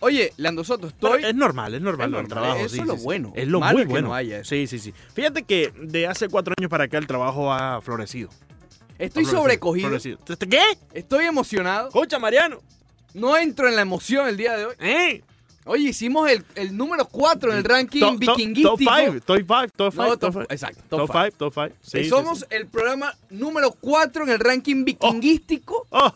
Oye, Lando Soto, estoy. Pero es normal, es normal, Es lo del normal, trabajo. eso sí, es sí, lo sí. bueno. Es lo Malo muy es que bueno. no haya eso. Sí, sí, sí. Fíjate que de hace cuatro años para acá el trabajo ha florecido. Estoy Ha florecido, sobrecogido. florecido. ¿Este ¿Qué? Estoy emocionado. Escucha, Mariano. No entro en la emoción el día de hoy. ¿Eh? Mm. Oye, hicimos el, el número 4 en el ranking Top- top- vikinguístico. Top 5, top 5, top 5. No, top- exacto, top Top five. 5, top 5. Sí, sí, Somos sí. el programa número 4 en el ranking vikinguístico. Oh.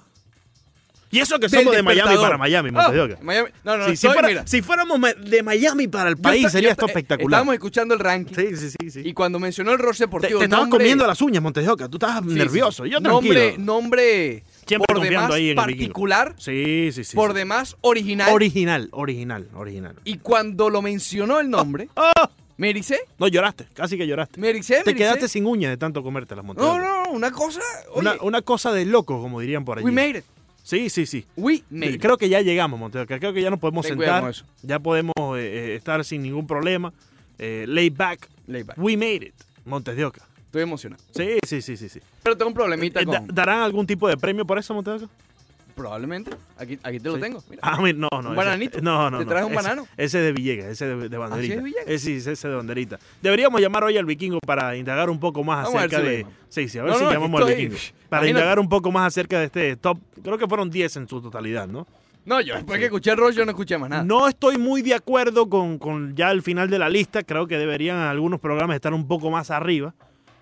Y eso que somos de Miami para Miami, Montedioca. Montedioca. Ah, Oh, No, no, Sí, si, estoy, fuera- mira, si fuéramos ma- de Miami para el yo país, esta- sería yo esto esta- eh, espectacular. Estábamos escuchando el ranking. Sí, sí, sí. sí. Y cuando mencionó el Roche te, Deportivo, te estabas nombre- comiendo las uñas, Montedioca. Tú estabas Sí, sí, nervioso. sí. Yo tranquilo. nombre, nombre Siempre por confiando demás ahí en el vikingo. particular, Sí, sí, sí. por sí. demás original. Original, original, original. y cuando lo mencionó el nombre, ¡Ah! me ericé, No lloraste, casi que lloraste. me ericé, me Te ericé. quedaste sin uñas de tanto comerte las Montedioca. No, no, no, una cosa. Oye, Una, una cosa de locos, como dirían por allí. we made it. Sí, sí, sí. We made it. Creo que ya llegamos, Montedioca. Creo que ya nos podemos Ten cuidado sentar. con eso. Ya podemos eh, eh, estar sin ningún problema. Eh, laid back. Lay back. We made it, Montedioca. Estoy emocionado. Sí, sí, sí, sí. sí. Pero tengo un problemita Eh, da- con. ¿Darán algún tipo de premio por eso, Montedioca? Probablemente. Aquí, aquí te lo Sí. tengo. Mira. Ah, mi- no, no. Un ese- bananito. no, no. Te no, traes un ese- banano. ¿Ah, Ese de Villegas, ese de, de banderita. es Villegas? Eh, sí, ese, ese de banderita. Deberíamos llamar hoy al vikingo para indagar un poco más Vamos a ver acerca si lo de. llamo. Sí, sí, a ver No, si no, llamamos estoy- al vikingo. Para Imagínate. indagar un poco más acerca de este top. Creo que fueron 10 en su totalidad, ¿no? No, yo después que escuché el rollo yo no escuché más nada. No estoy muy de acuerdo con, con ya el final de la lista. Creo que deberían algunos programas estar un poco más arriba.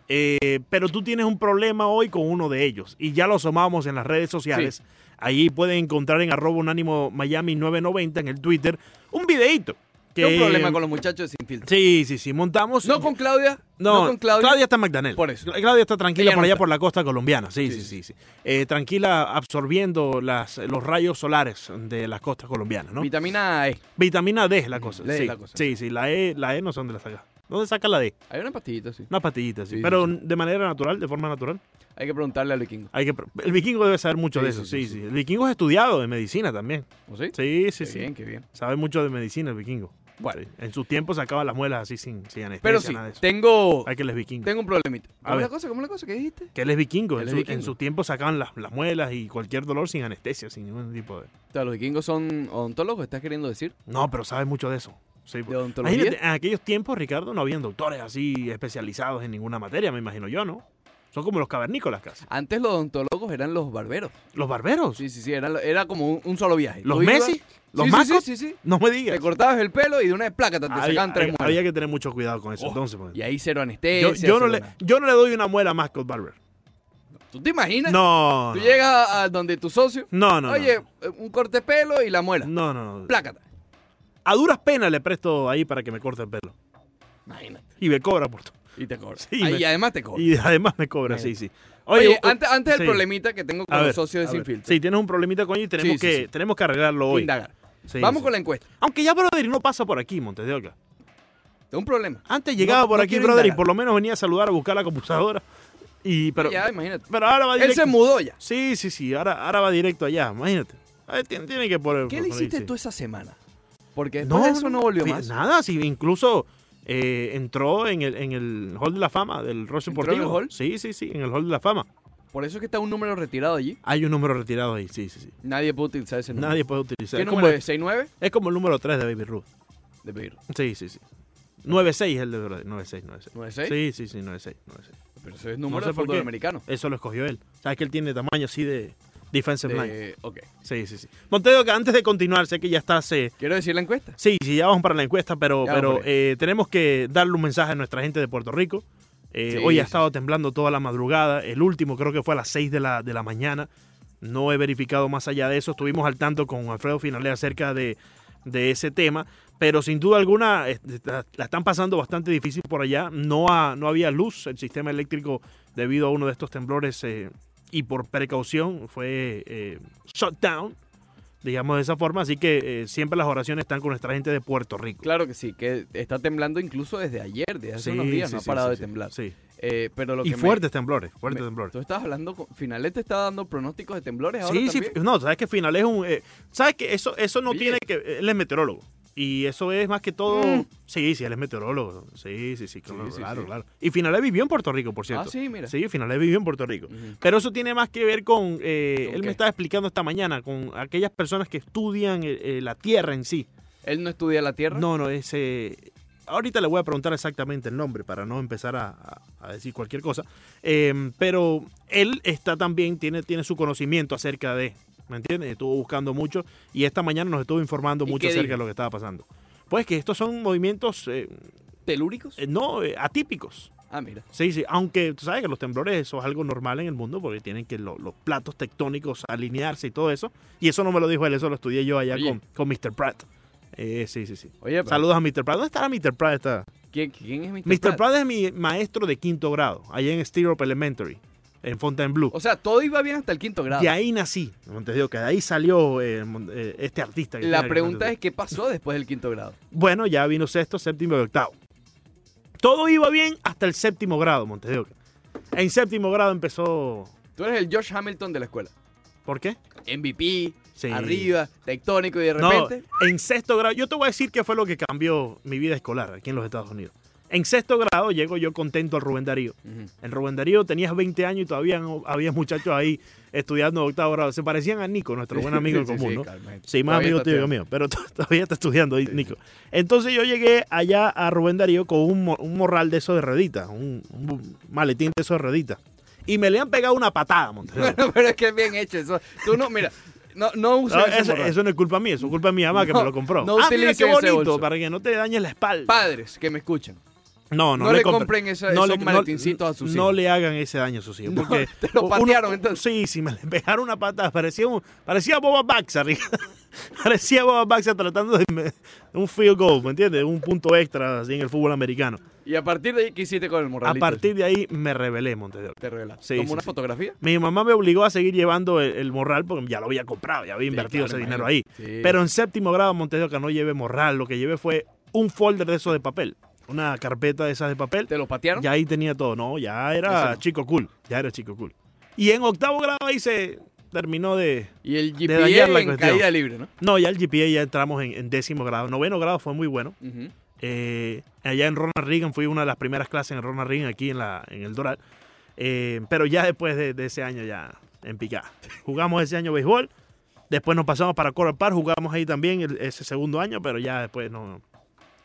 Eh, pero tú tienes un problema hoy con uno de ellos. Y ya lo sumamos en las redes sociales. Allí pueden encontrar en arroba unánimo Miami 990 en el Twitter un videíto. Que... Tengo un problema con los muchachos de sin filtro. Sí, sí, sí. Montamos. No con Claudia. No, No, con Claudia. está en Magdalena. Por eso. Claudia está tranquila Ella por no allá está. por la costa colombiana. Sí, Sí, sí, sí. sí. Eh, tranquila absorbiendo las, los rayos solares de las costas colombianas, ¿no? Vitamina E. Vitamina D es la cosa. D es sí, la cosa. sí, sí, la E, la E no sé dónde la saca. ¿Dónde saca la D? Hay una pastillita, sí. Una pastillita, sí. Sí, pero sí, de manera natural, de forma natural. Hay que preguntarle al vikingo. Hay que, el vikingo debe saber mucho Sí, de sí, eso, sí, sí, sí. sí. El vikingo es estudiado de medicina también. ¿O sí? Sí, sí, Qué sí. bien, qué bien. Sabe mucho de medicina el vikingo. Bueno. Sí. En sus tiempos sacaba las muelas así sin, sin anestesia, Pero sí, nada de eso. tengo, Hay que él es vikingo. tengo un problemita. A ¿Cómo ver. la cosa? ¿Cómo la cosa? ¿Qué dijiste? Que él es vikingo. Él En, es su- vikingo. en sus tiempos sacaban las, las muelas y cualquier dolor sin anestesia, sin ningún tipo de... O sea, los vikingos son odontólogos, ¿estás queriendo decir? No, pero sabe mucho de eso. Sí, ¿De pues. odontología? Imagínate, en aquellos tiempos, Ricardo, no habían doctores así especializados en ninguna materia, me imagino yo, ¿no? Son como los cavernícolas casi. Antes los odontólogos eran los barberos. Los barberos, Sí, sí, sí, era, era como un, un solo viaje. los Tú ibas- Messi, los sí, sí, Macos, Sí, sí, sí. no me Te digas. cortabas el pelo y de una vez placa te Había, sacaban tres había- muelas. había que tener mucho cuidado con eso, Oh, entonces. pues. Y ahí cero Yo, anestesia. yo no cero le, nada. yo no le doy una muela a Mascot Barber. ¿Tú te imaginas? No, no, Tú llegas a a donde tu socio, no, no, oye, eh, un corte de pelo y la muela. no, no, no. Plácata. A duras penas le presto ahí para que me corte el pelo. Imagínate. Y me cobra por todo. Y te cobra. Sí, Ah, me- Y además te cobra. Y además me cobra, Imagínate. sí, sí. Oye, u- antes, antes del sí. problemita que tengo con A los ver, socios de a Sin ver. Filtro. Sí, tienes un problemita con ello y Sí, tenemos, sí, que, sí. tenemos que arreglarlo hoy. Indagar. Sí, Vamos sí. con la encuesta. Aunque ya Brother no pasa por aquí, Montes de Oca. Tengo un problema. Antes llegaba por no aquí, quiero brother, y indagar. por lo menos venía a saludar a buscar la computadora. Y, pero, ya, imagínate. pero ahora va Él directo. se mudó ya. Sí, sí, sí. Ahora, ahora va directo allá, imagínate. Ay, tiene, tiene que poner. ¿Qué le poner, hiciste sí. tú esa semana? Porque después de eso no volvió más. fíjate, Nada, sí, incluso eh, entró en el, en el Hall de la Fama del Roche ¿Entró en el Deportivo. hall? Sí, sí, sí, en el Hall de la Fama. Por eso es que está un número retirado allí. Hay un número retirado ahí, sí, sí, sí. Nadie puede utilizar ese número. Nadie puede utilizar. ¿Qué Es número como, es? ¿69? es como el número 3 de Baby Ruth. De pedir. Sí, sí, sí. 9-6 es el de verdad. 9-6, 9-6. ¿96? Sí, sí, sí, 9-6. 9-6. Pero eso es número sé de por fútbol qué. americano. Eso lo escogió él. Sabes que él tiene tamaño así de defensive line. De- Eh, ok. Sí, sí, sí. Monteo, que antes de continuar, sé que ya estás. eh, Quiero decir la encuesta. sí, sí, ya vamos para la encuesta, pero, Ya vamos pero para eh, tenemos que darle un mensaje a nuestra gente de Puerto Rico. Eh, Sí, hoy ha sí. estado temblando toda la madrugada. El último creo que fue a las 6 de la, de la mañana. No he verificado más allá de eso. Estuvimos al tanto con Alfredo Finale acerca de, de ese tema. Pero sin duda alguna eh, está- la están pasando bastante difícil por allá. No, ha- no había luz. El sistema eléctrico, debido a uno de estos temblores eh, y por precaución, fue eh, shut down, digamos de esa forma. Así que eh, siempre las oraciones están con nuestra gente de Puerto Rico. Claro que sí, que está temblando incluso desde ayer, desde hace Sí, unos días, sí, no ha sí, parado sí, de sí. temblar. Sí. Eh, pero lo Y que me- fuertes temblores, fuertes me- temblores. Tú estabas hablando con. Finales te estaba dando pronósticos de temblores ahora. Sí, sí, también? no, sabes que Finales es un... eh, sabes que eso, eso no Oye. tiene que... Él es meteorólogo. Y eso es más que todo. Mm. Sí, sí, él es meteorólogo. Sí, sí, sí, claro, Sí, sí, claro, sí. claro. Y Finalé vivió en Puerto Rico, por cierto. Ah, sí, mira. Sí, Finalé vivió en Puerto Rico. Ujú. Pero eso tiene más que ver con, eh, ¿Con él qué? me estaba explicando esta mañana, con aquellas personas que estudian eh, eh, la Tierra en sí. ¿Él no estudia la Tierra? No, no, ese... Ahorita le voy a preguntar exactamente el nombre para no empezar a, a- a decir cualquier cosa. Eh, pero él está también, tiene, tiene su conocimiento acerca de, ¿me entiendes? Estuvo buscando mucho y esta mañana nos estuvo informando ¿Y mucho qué acerca dijo? de lo que estaba pasando. Pues que estos son movimientos eh, ¿Telúricos? eh, no eh, atípicos. Ah, mira. Sí, sí, aunque tú sabes que los temblores eso es algo normal en el mundo porque tienen que lo- los platos tectónicos alinearse y todo eso. Y eso no me lo dijo él, eso lo estudié yo allá Oye. con, con Mr. Pratt. Eh, sí, sí, sí. Oye, pero- Saludos a Mr. Pratt. ¿Dónde estará Mr. Pratt? Está? ¿quién, quién es Mr. Mr. Pratt es mi maestro de quinto grado, allá en Stereop Elementary, en Fontainebleau. O sea, todo iba bien hasta el quinto grado. de ahí nací, como te digo, que de ahí salió eh, mon- eh, este artista. que tiene La acá pregunta frente a es, ¿qué pasó después del quinto grado? ti. Bueno, ya vino sexto, séptimo y octavo. Todo iba bien hasta el séptimo grado, Montedioca. En séptimo grado empezó... Tú eres el George Hamilton de la escuela. ¿Por qué? MVP, Sí. arriba, tectónico y de No, repente... en sexto grado, yo te voy a decir qué fue lo que cambió mi vida escolar aquí en los Estados Unidos. En sexto grado llego yo contento al Rubén Darío. Ujú. En Rubén Darío tenías 20 años y todavía no- había muchachos ahí estudiando octavo grado. Se parecían a Nico, nuestro buen amigo en Sí, sí, común, sí, ¿no? calma. Sí, más Todavía amigo está tuyo que estudiando. mío, pero to- todavía está estudiando ahí, Nico. Entonces yo llegué allá a Rubén Darío con un, mo- un morral de esos de rueditas, un, un maletín de esos de rueditas. Y me le han pegado una patada, Montero. Bueno, pero es que es bien hecho eso. Tú no, mira, no, no usas No, ese eso, morral. eso no es culpa mía, eso es culpa de mi mamá que No, me lo compró. no ah, mira qué utilicen ese bonito, bolso. para que no te dañes la espalda. Padres que me escuchan, no, no, no, le compre- compren esa- no esos le- no- maletincitos a sus No hijos. le hagan ese daño a sus hijos. No, Porque te lo uno- patearon, entonces. Sí, sí, me le pegaron una patada. Parecía, un, parecía Boba Baxa, Parecía Boba Baxa tratando de me- un field goal, ¿me entiendes? Un punto extra así en el fútbol americano. Y a partir de ahí, ¿qué hiciste con el A morralito? partir de ahí me rebelé, Montedor. Te revelaste. Sí, ¿Como sí, una sí. fotografía? Mi mamá me obligó a seguir llevando el, el morral porque ya lo había comprado, ya había invertido claro, ese dinero ahí. imagínate. Sí. Pero en séptimo grado, Montedor, que no llevé morral, lo que llevé fue un folder de esos de papel, una carpeta de esas de papel. ¿Te lo patearon? Ya ahí tenía todo. No, ya era Eso no. chico cool. Ya era chico cool. Y en octavo grado ahí se terminó de. Y el dañar GPA la en cuestión. caída libre, ¿no? No, ya el GPA ya entramos en, en décimo grado. Noveno grado fue muy bueno. Ujú. Eh, allá en Ronald Reagan fui una de las primeras clases en Ronald Reagan aquí en, la, en el Doral. Eh, pero ya después de, de ese año ya en picada. Jugamos ese año béisbol. Después nos pasamos para Coral Park. Jugamos ahí también el- ese segundo año, pero ya después no.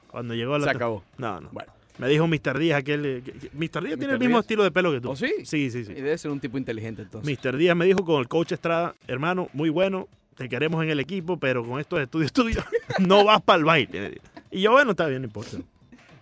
Cuando llegó la. Se acabó. No, no. Bueno. Me dijo Mr. Díaz aquel. eh, que- que- Mr. Díaz tiene Mr. el mismo Díaz. estilo de pelo que tú. ¿Oh, sí? Sí, sí, Y sí. debe ser un tipo inteligente entonces. Mr. Díaz me dijo con el coach Estrada, hermano, muy bueno, te queremos en el equipo, pero con estos estudios tuyos no vas para el baile. Y yo, bueno, está bien, no importa.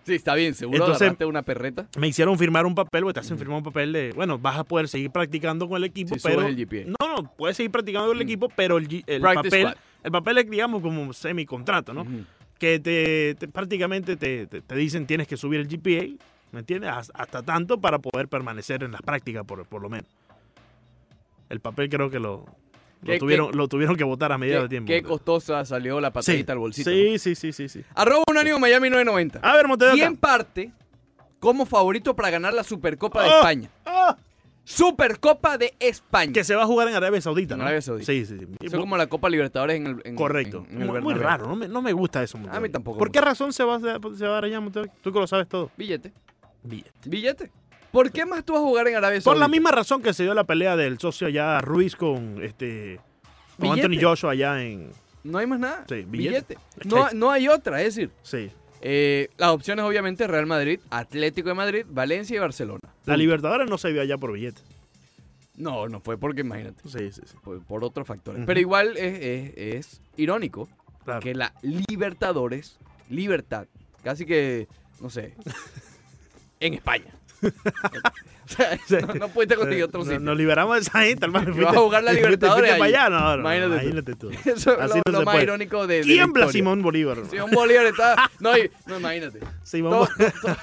Sí, está bien, seguro Entonces- agarraste una perreta. Me hicieron firmar un papel, porque te hacen firmar un papel de, bueno, vas a poder seguir practicando con el equipo, Si subes pero... el GPA. No, no, puedes seguir practicando con el Mm. equipo, pero el, gi- el Practice papel... squad. El papel es, digamos, como un semicontrato, ¿no? Ujú. que te, te- prácticamente te, te- te dicen tienes que subir el GPA, ¿me entiendes? Has- Hasta tanto para poder permanecer en las prácticas, por, por lo menos. El papel creo que lo, lo, ¿Qué- tuvieron, lo tuvieron que votar a medida de Qué, tiempo. qué costosa salió la patadita al bolsito. Sí, Ah, sí, sí, sí, sí. ¿no? Arroba Unánimo Miami 990. A ver, Montedoca. ¿Quién parte como favorito para ganar la Supercopa de Ah. España? Ah, Supercopa de España. que se va a jugar en Arabia Saudita, En ¿no? Arabia Saudita. Sí, sí, sí. Eso es como la Copa Libertadores en el en- Correcto. en- en el muy, muy Bernabéu. raro, no me, no me gusta eso. Montedoca. A mí tampoco ¿Por me qué razón se va, a- se va a dar allá, Montedoca? Tú que lo sabes todo. Billete. Bien. Billete. ¿Por qué más tú vas a jugar en Arabia Saudita? Por la misma razón que se dio la pelea del socio allá Ruiz con este con Billete. Anthony Joshua allá en No hay más nada. Sí, billete. billete. No, ha- no hay otra, es decir, sí, eh, las opciones obviamente Real Madrid, Atlético de Madrid, Valencia y Barcelona. la Libertadores no se vio allá por billete. No, no fue porque imagínate, Sí, sí, sí. por, por otros factores. Ujú. Pero igual es, es- es irónico Claro. que la Libertadores, Libertad, casi que, no sé, en España. o sea, Sí. no, no pudiste conseguir otro Nos- sitio. Nos liberamos de esa gente, hermano. Y vas a jugar la fuiste- Libertadores fuiste para ahí. allá, no, no, Imagínate tú. imagínate tú. Eso es Así lo, no lo se más puede. irónico de, de la Tiembla historia. Simón Bolívar. hermano. Simón Bolívar está... No, y- no imagínate. Simón Todo- Bo- to-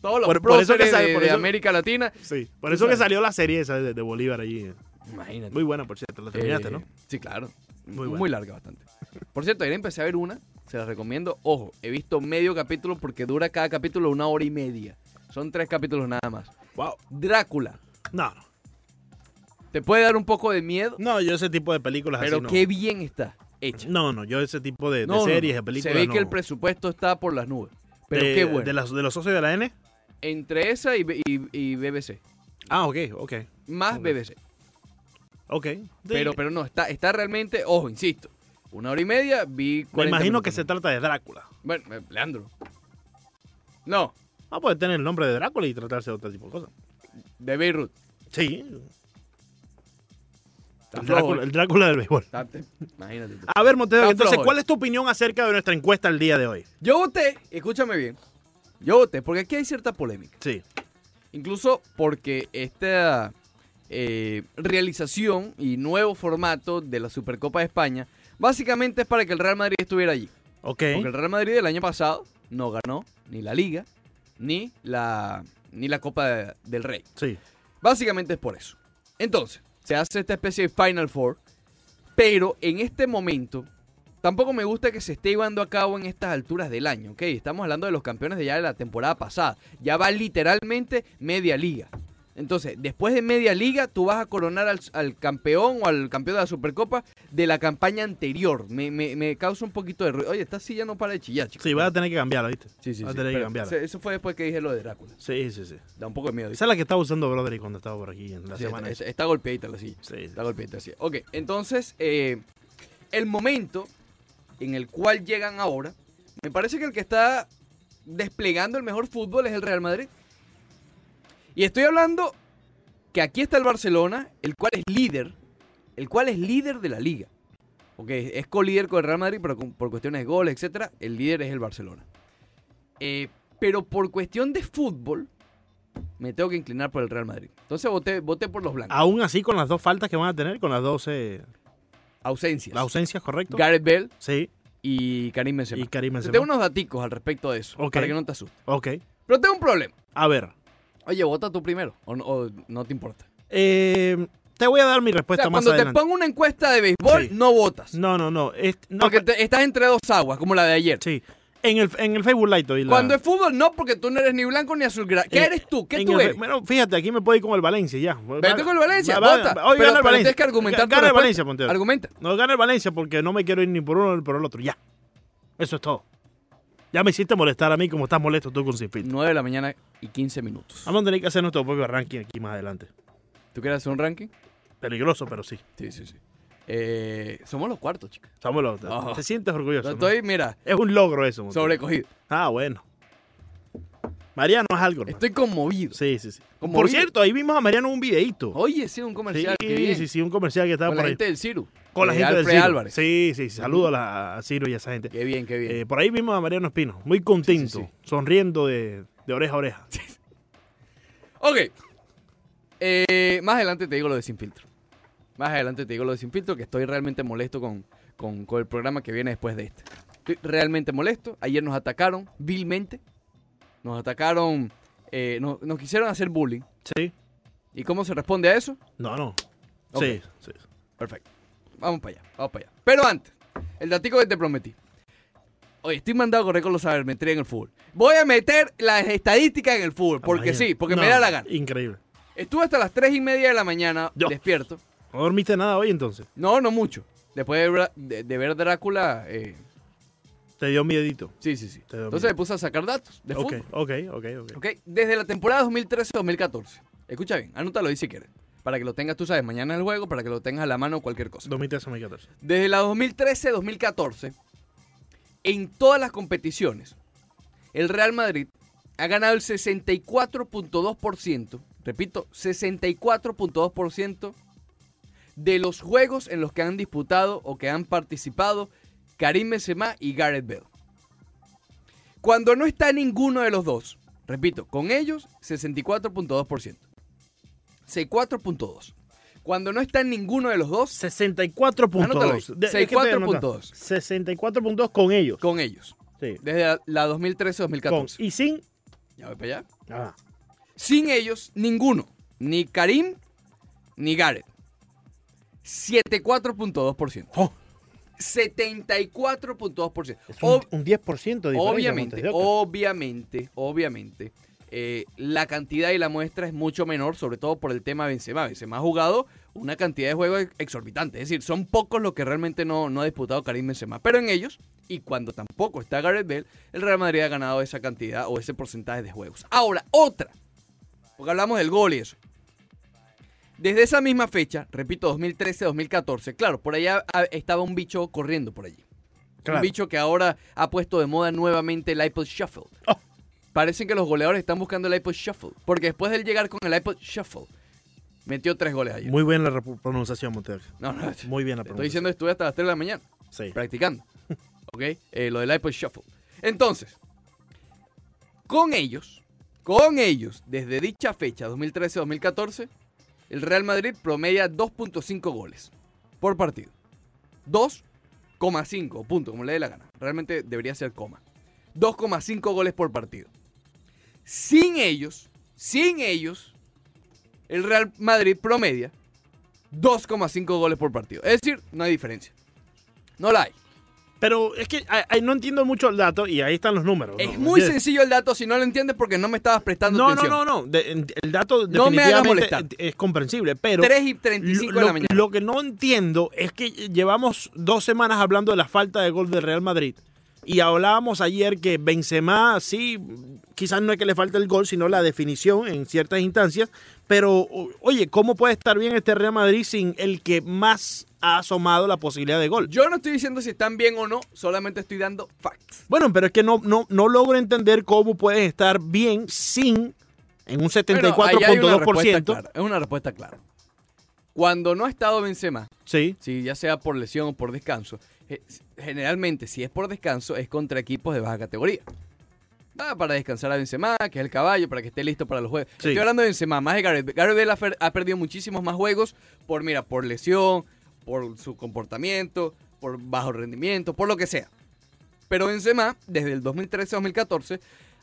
todos los Por- por eso que próceres sale- de, por de eso- América Latina. Sí, por Tú eso que sabes. salió la serie esa de, de Bolívar allí. Imagínate. Muy buena, por cierto, la terminaste, Eh, ¿no? Sí, claro. Muy, Muy buena. larga bastante. Por cierto, ayer empecé a ver una, se las recomiendo. Ojo, he visto medio capítulo porque dura cada capítulo una hora y media. Son tres capítulos nada más. Wow. Drácula. No, no. Te puede dar un poco de miedo, No, yo ese tipo de películas pero así Ah, no. qué bien está. hecha. No, no, yo ese tipo de, de No, no, series, de no. películas. Se ve no. que el presupuesto está por las nubes. Pero de, qué bueno. De, las- de los socios de la N. Entre esa y, B- y- y BBC. Ah, ok, ok. Más Ok. BBC. Ok. Sí. Pero, pero no, está, está realmente, ojo, insisto. Una hora y media vi. Me 40 imagino minutos. que se trata de Drácula. Bueno, eh, Leandro. No, Ah, puede tener el nombre de Drácula y tratarse de otro tipo de cosas. de Beirut. Sí. Está El flojo, eh. Drácula, el Drácula del béisbol. está- te- imagínate tú. A ver, Montero, Está entonces, flojo. ¿cuál es tu opinión acerca de nuestra encuesta el día de hoy? Yo voté, escúchame bien. Yo voté, porque aquí hay cierta polémica. Sí. Incluso porque esta eh, realización y nuevo formato de la Supercopa de España básicamente es para que el Real Madrid estuviera allí. Ok. Porque el Real Madrid el año pasado no ganó ni la Liga ni la, ni la Copa de- del Rey. Sí. Básicamente es por eso. Entonces, se hace esta especie de Final Four, pero en este momento tampoco me gusta que se esté llevando a cabo en estas alturas del año, ¿ok? Estamos hablando de los campeones de ya de la temporada pasada. Ya va literalmente media liga. Entonces, después de media liga, tú vas a coronar al, al campeón o al campeón de la Supercopa de la campaña anterior. Me, me- me causa un poquito de ruido. Oye, esta silla no para de chillar, chicos. Sí, vas a tener que cambiarla, ¿viste? Sí, sí, vas a sí, tener que pero cambiarla. se- Eso fue después que dije lo de Drácula. Sí, sí, sí. Da un poco de miedo. Esa es la que estaba usando Broderick cuando estaba por aquí en la Sí, semana. está, esa. está- está golpeadita la silla. Sí, sí. Está golpeadita, así es. Ok, entonces, eh, el momento en el cual llegan ahora, me parece que el que está desplegando el mejor fútbol es el Real Madrid. Y estoy hablando que aquí está el Barcelona, el cual es líder, el cual es líder de la liga. Ok, es colíder con el Real Madrid, pero con- por cuestiones de goles, etcétera, el líder es el Barcelona. Eh, pero por cuestión de fútbol, me tengo que inclinar por el Real Madrid. Entonces voté, voté por los blancos. Aún así, con las dos faltas que van a tener, con las dos eh, ausencias. la ausencia, ¿correcto? Gareth Bell sí. y Karim Benzema. Y Karim Te Benzema. tengo unos daticos al respecto de eso, Ok. para que no te asustes. Ok. Pero tengo un problema. A ver. Oye, vota tú primero, o no, o no te importa. eh, te voy a dar mi O respuesta sea, Pues más cuando adelante. te pongo una encuesta de béisbol, Sí. no votas. No, no, no. es- no, porque te- estás entre dos aguas, como la de ayer. Sí. En el, en el Facebook Live doy la- Cuando es fútbol, no, porque tú no eres ni blanco ni azul. ¿Qué Eh, eres tú? ¿Qué en tú el- eres? Bueno, fíjate, aquí me puedo ir con el Valencia ya. Vete con el Valencia, Va- va- vota. Hoy pero gana el pero Valencia. tienes que argumentar tu Gana el respuesta. Valencia, Montero. Argumenta. No gana el Valencia porque no me quiero ir ni por uno ni por el otro. Ya. Eso es todo. Ya me hiciste molestar a mí como estás molesto tú con Sinfín. 9 de la mañana y 15 minutos. Vamos a tener que hacer nuestro propio ranking aquí más adelante. ¿Tú quieres hacer un ranking? Peligroso, pero sí. Sí, sí, sí. Eh, somos los cuartos, chicos. Samuel, Oh. te sientes orgulloso. ¿no? Estoy, mira, Es un logro eso. Montero. sobrecogido. Ah, bueno. Mariano es algo. hermano. Estoy conmovido. Sí, sí, sí. Como Por vi- cierto, ahí vimos a Mariano en un videíto. Oye, sí, un Sí, comercial. que sí, sí, un comercial que estaba Con por la ahí. gente del Ciru. Con la de gente del Alfred Ciro. Álvarez. Sí, sí, saludo a, la- a Ciro y a esa gente. Qué bien, qué bien. Eh, por ahí vimos a Mariano Espino, muy contento, Sí, sí, sonriendo de, de oreja a oreja. Ok. Eh, más adelante te digo lo de Sin Filtro. Más adelante te digo lo de Sin Filtro, que estoy realmente molesto con, con, con el programa que viene después de este. Estoy realmente molesto. Ayer nos atacaron vilmente. Nos atacaron. eh, no- nos quisieron hacer bullying. Sí. ¿Y cómo se responde a eso? No, no. Ok. Sí, sí. Perfecto. Vamos para allá, vamos para allá. Pero antes, el datico que te prometí. Oye, estoy mandado a correr con los saber, me entré en el fútbol. Voy a meter las estadísticas en el fútbol, porque Imagínate. sí, porque No, me da la gana. Increíble. Estuve hasta las 3 y media de la mañana Dios. despierto. ¿No dormiste nada hoy entonces? No, no mucho. Después de, ver- de- de ver Drácula, eh, Te dio miedito. sí, sí, sí. Te dormí. Entonces me puse a sacar datos de Ok, fútbol. ok, ok, ok. Ok, desde la temporada 2013-2014. Escucha bien, anótalo ahí si quieres. Para que lo tengas, tú sabes, mañana es el juego, para que lo tengas a la mano o cualquier cosa. 2013 2014. Desde la 2013-2014, en todas las competiciones, el Real Madrid ha ganado el 64.2%, repito, 64.2% de los juegos en los que han disputado o que han participado Karim Benzema y Gareth Bale. Cuando no está ninguno de los dos, repito, con ellos 64.2%. 64.2. Cuando no está ninguno de los dos, 64.2. Anótalo. De- es que estoy anotando. 64.2 64.2 con ellos. con ellos. Sí. Desde la, la Con 2013-2014. y sin. Ya voy para allá. Ah, Sin ellos, ninguno. Ni Karim, ni Gareth. 74.2%. Oh. 74.2%. es un, Ob- un 10% de diferencia, Montes obviamente, de Oca. obviamente, obviamente. eh, la cantidad y la muestra es mucho menor, sobre todo por el tema de Benzema. Benzema ha jugado una cantidad de juegos ex- exorbitante, es decir, son pocos los que realmente no, no ha disputado Karim Benzema, pero en ellos, y cuando tampoco está Gareth Bale, el Real Madrid ha ganado esa cantidad o ese porcentaje de juegos. Ahora, otra, porque hablamos del gol y eso. Desde esa misma fecha, repito, 2013-2014, claro, por allá ah, estaba un bicho corriendo por allí. Claro. Un bicho que ahora ha puesto de moda nuevamente el iPod Shuffle. Oh. Parecen que los goleadores están buscando el iPod Shuffle. Porque después de él llegar con el iPod Shuffle, metió tres goles ayer. Muy bien la repu- pronunciación, Montejo. no, no, te Muy bien la estoy pronunciación. diciendo que estuve hasta las 3 de la mañana Sí. practicando. ¿Ok? Eh, lo del iPod Shuffle. Entonces, con ellos, con ellos, desde dicha fecha, 2013-2014, el Real Madrid promedia 2.5 goles por partido. 2,5, punto, como le dé la gana. Realmente debería ser coma. 2,5 goles por partido. Sin ellos, sin ellos, el Real Madrid promedia 2,5 goles por partido. Es decir, no hay diferencia. No la hay. Pero es que ay, ay, no entiendo mucho el dato y ahí están los números. ¿no? Es muy ¿Entiendes? sencillo el dato si no lo entiendes porque no me estabas prestando No, no, atención. no, no. De- en- el dato No me hagas definitivamente molestar. es comprensible, pero 3 y lo, 35 de lo- la mañana. lo que no entiendo es que llevamos dos semanas hablando de la falta de gol del Real Madrid y hablábamos ayer que Benzema sí, quizás no es que le falte el gol, sino la definición en ciertas instancias, pero o- oye, ¿cómo puede estar bien este Real Madrid sin el que más ha asomado la posibilidad de gol? Yo no estoy diciendo si están bien o no, solamente estoy dando facts. Bueno, pero es que no, no, no logro entender cómo puedes estar bien sin en un Bueno, ahí hay una respuesta 74.2%. clara, Es una respuesta clara. Cuando no ha estado Benzema, sí. si ya sea por lesión o por descanso, eh, generalmente si es por descanso es contra equipos de baja categoría. Ah, para descansar a Benzema, que es el caballo, para que esté listo para los juegos. Sí. Estoy hablando de Benzema, más de Gareth. Bale. Gareth Bale ha, fer- ha perdido muchísimos más juegos por, mira, por lesión, por su comportamiento, por bajo rendimiento, por lo que sea. Pero Benzema, desde el 2013-2014,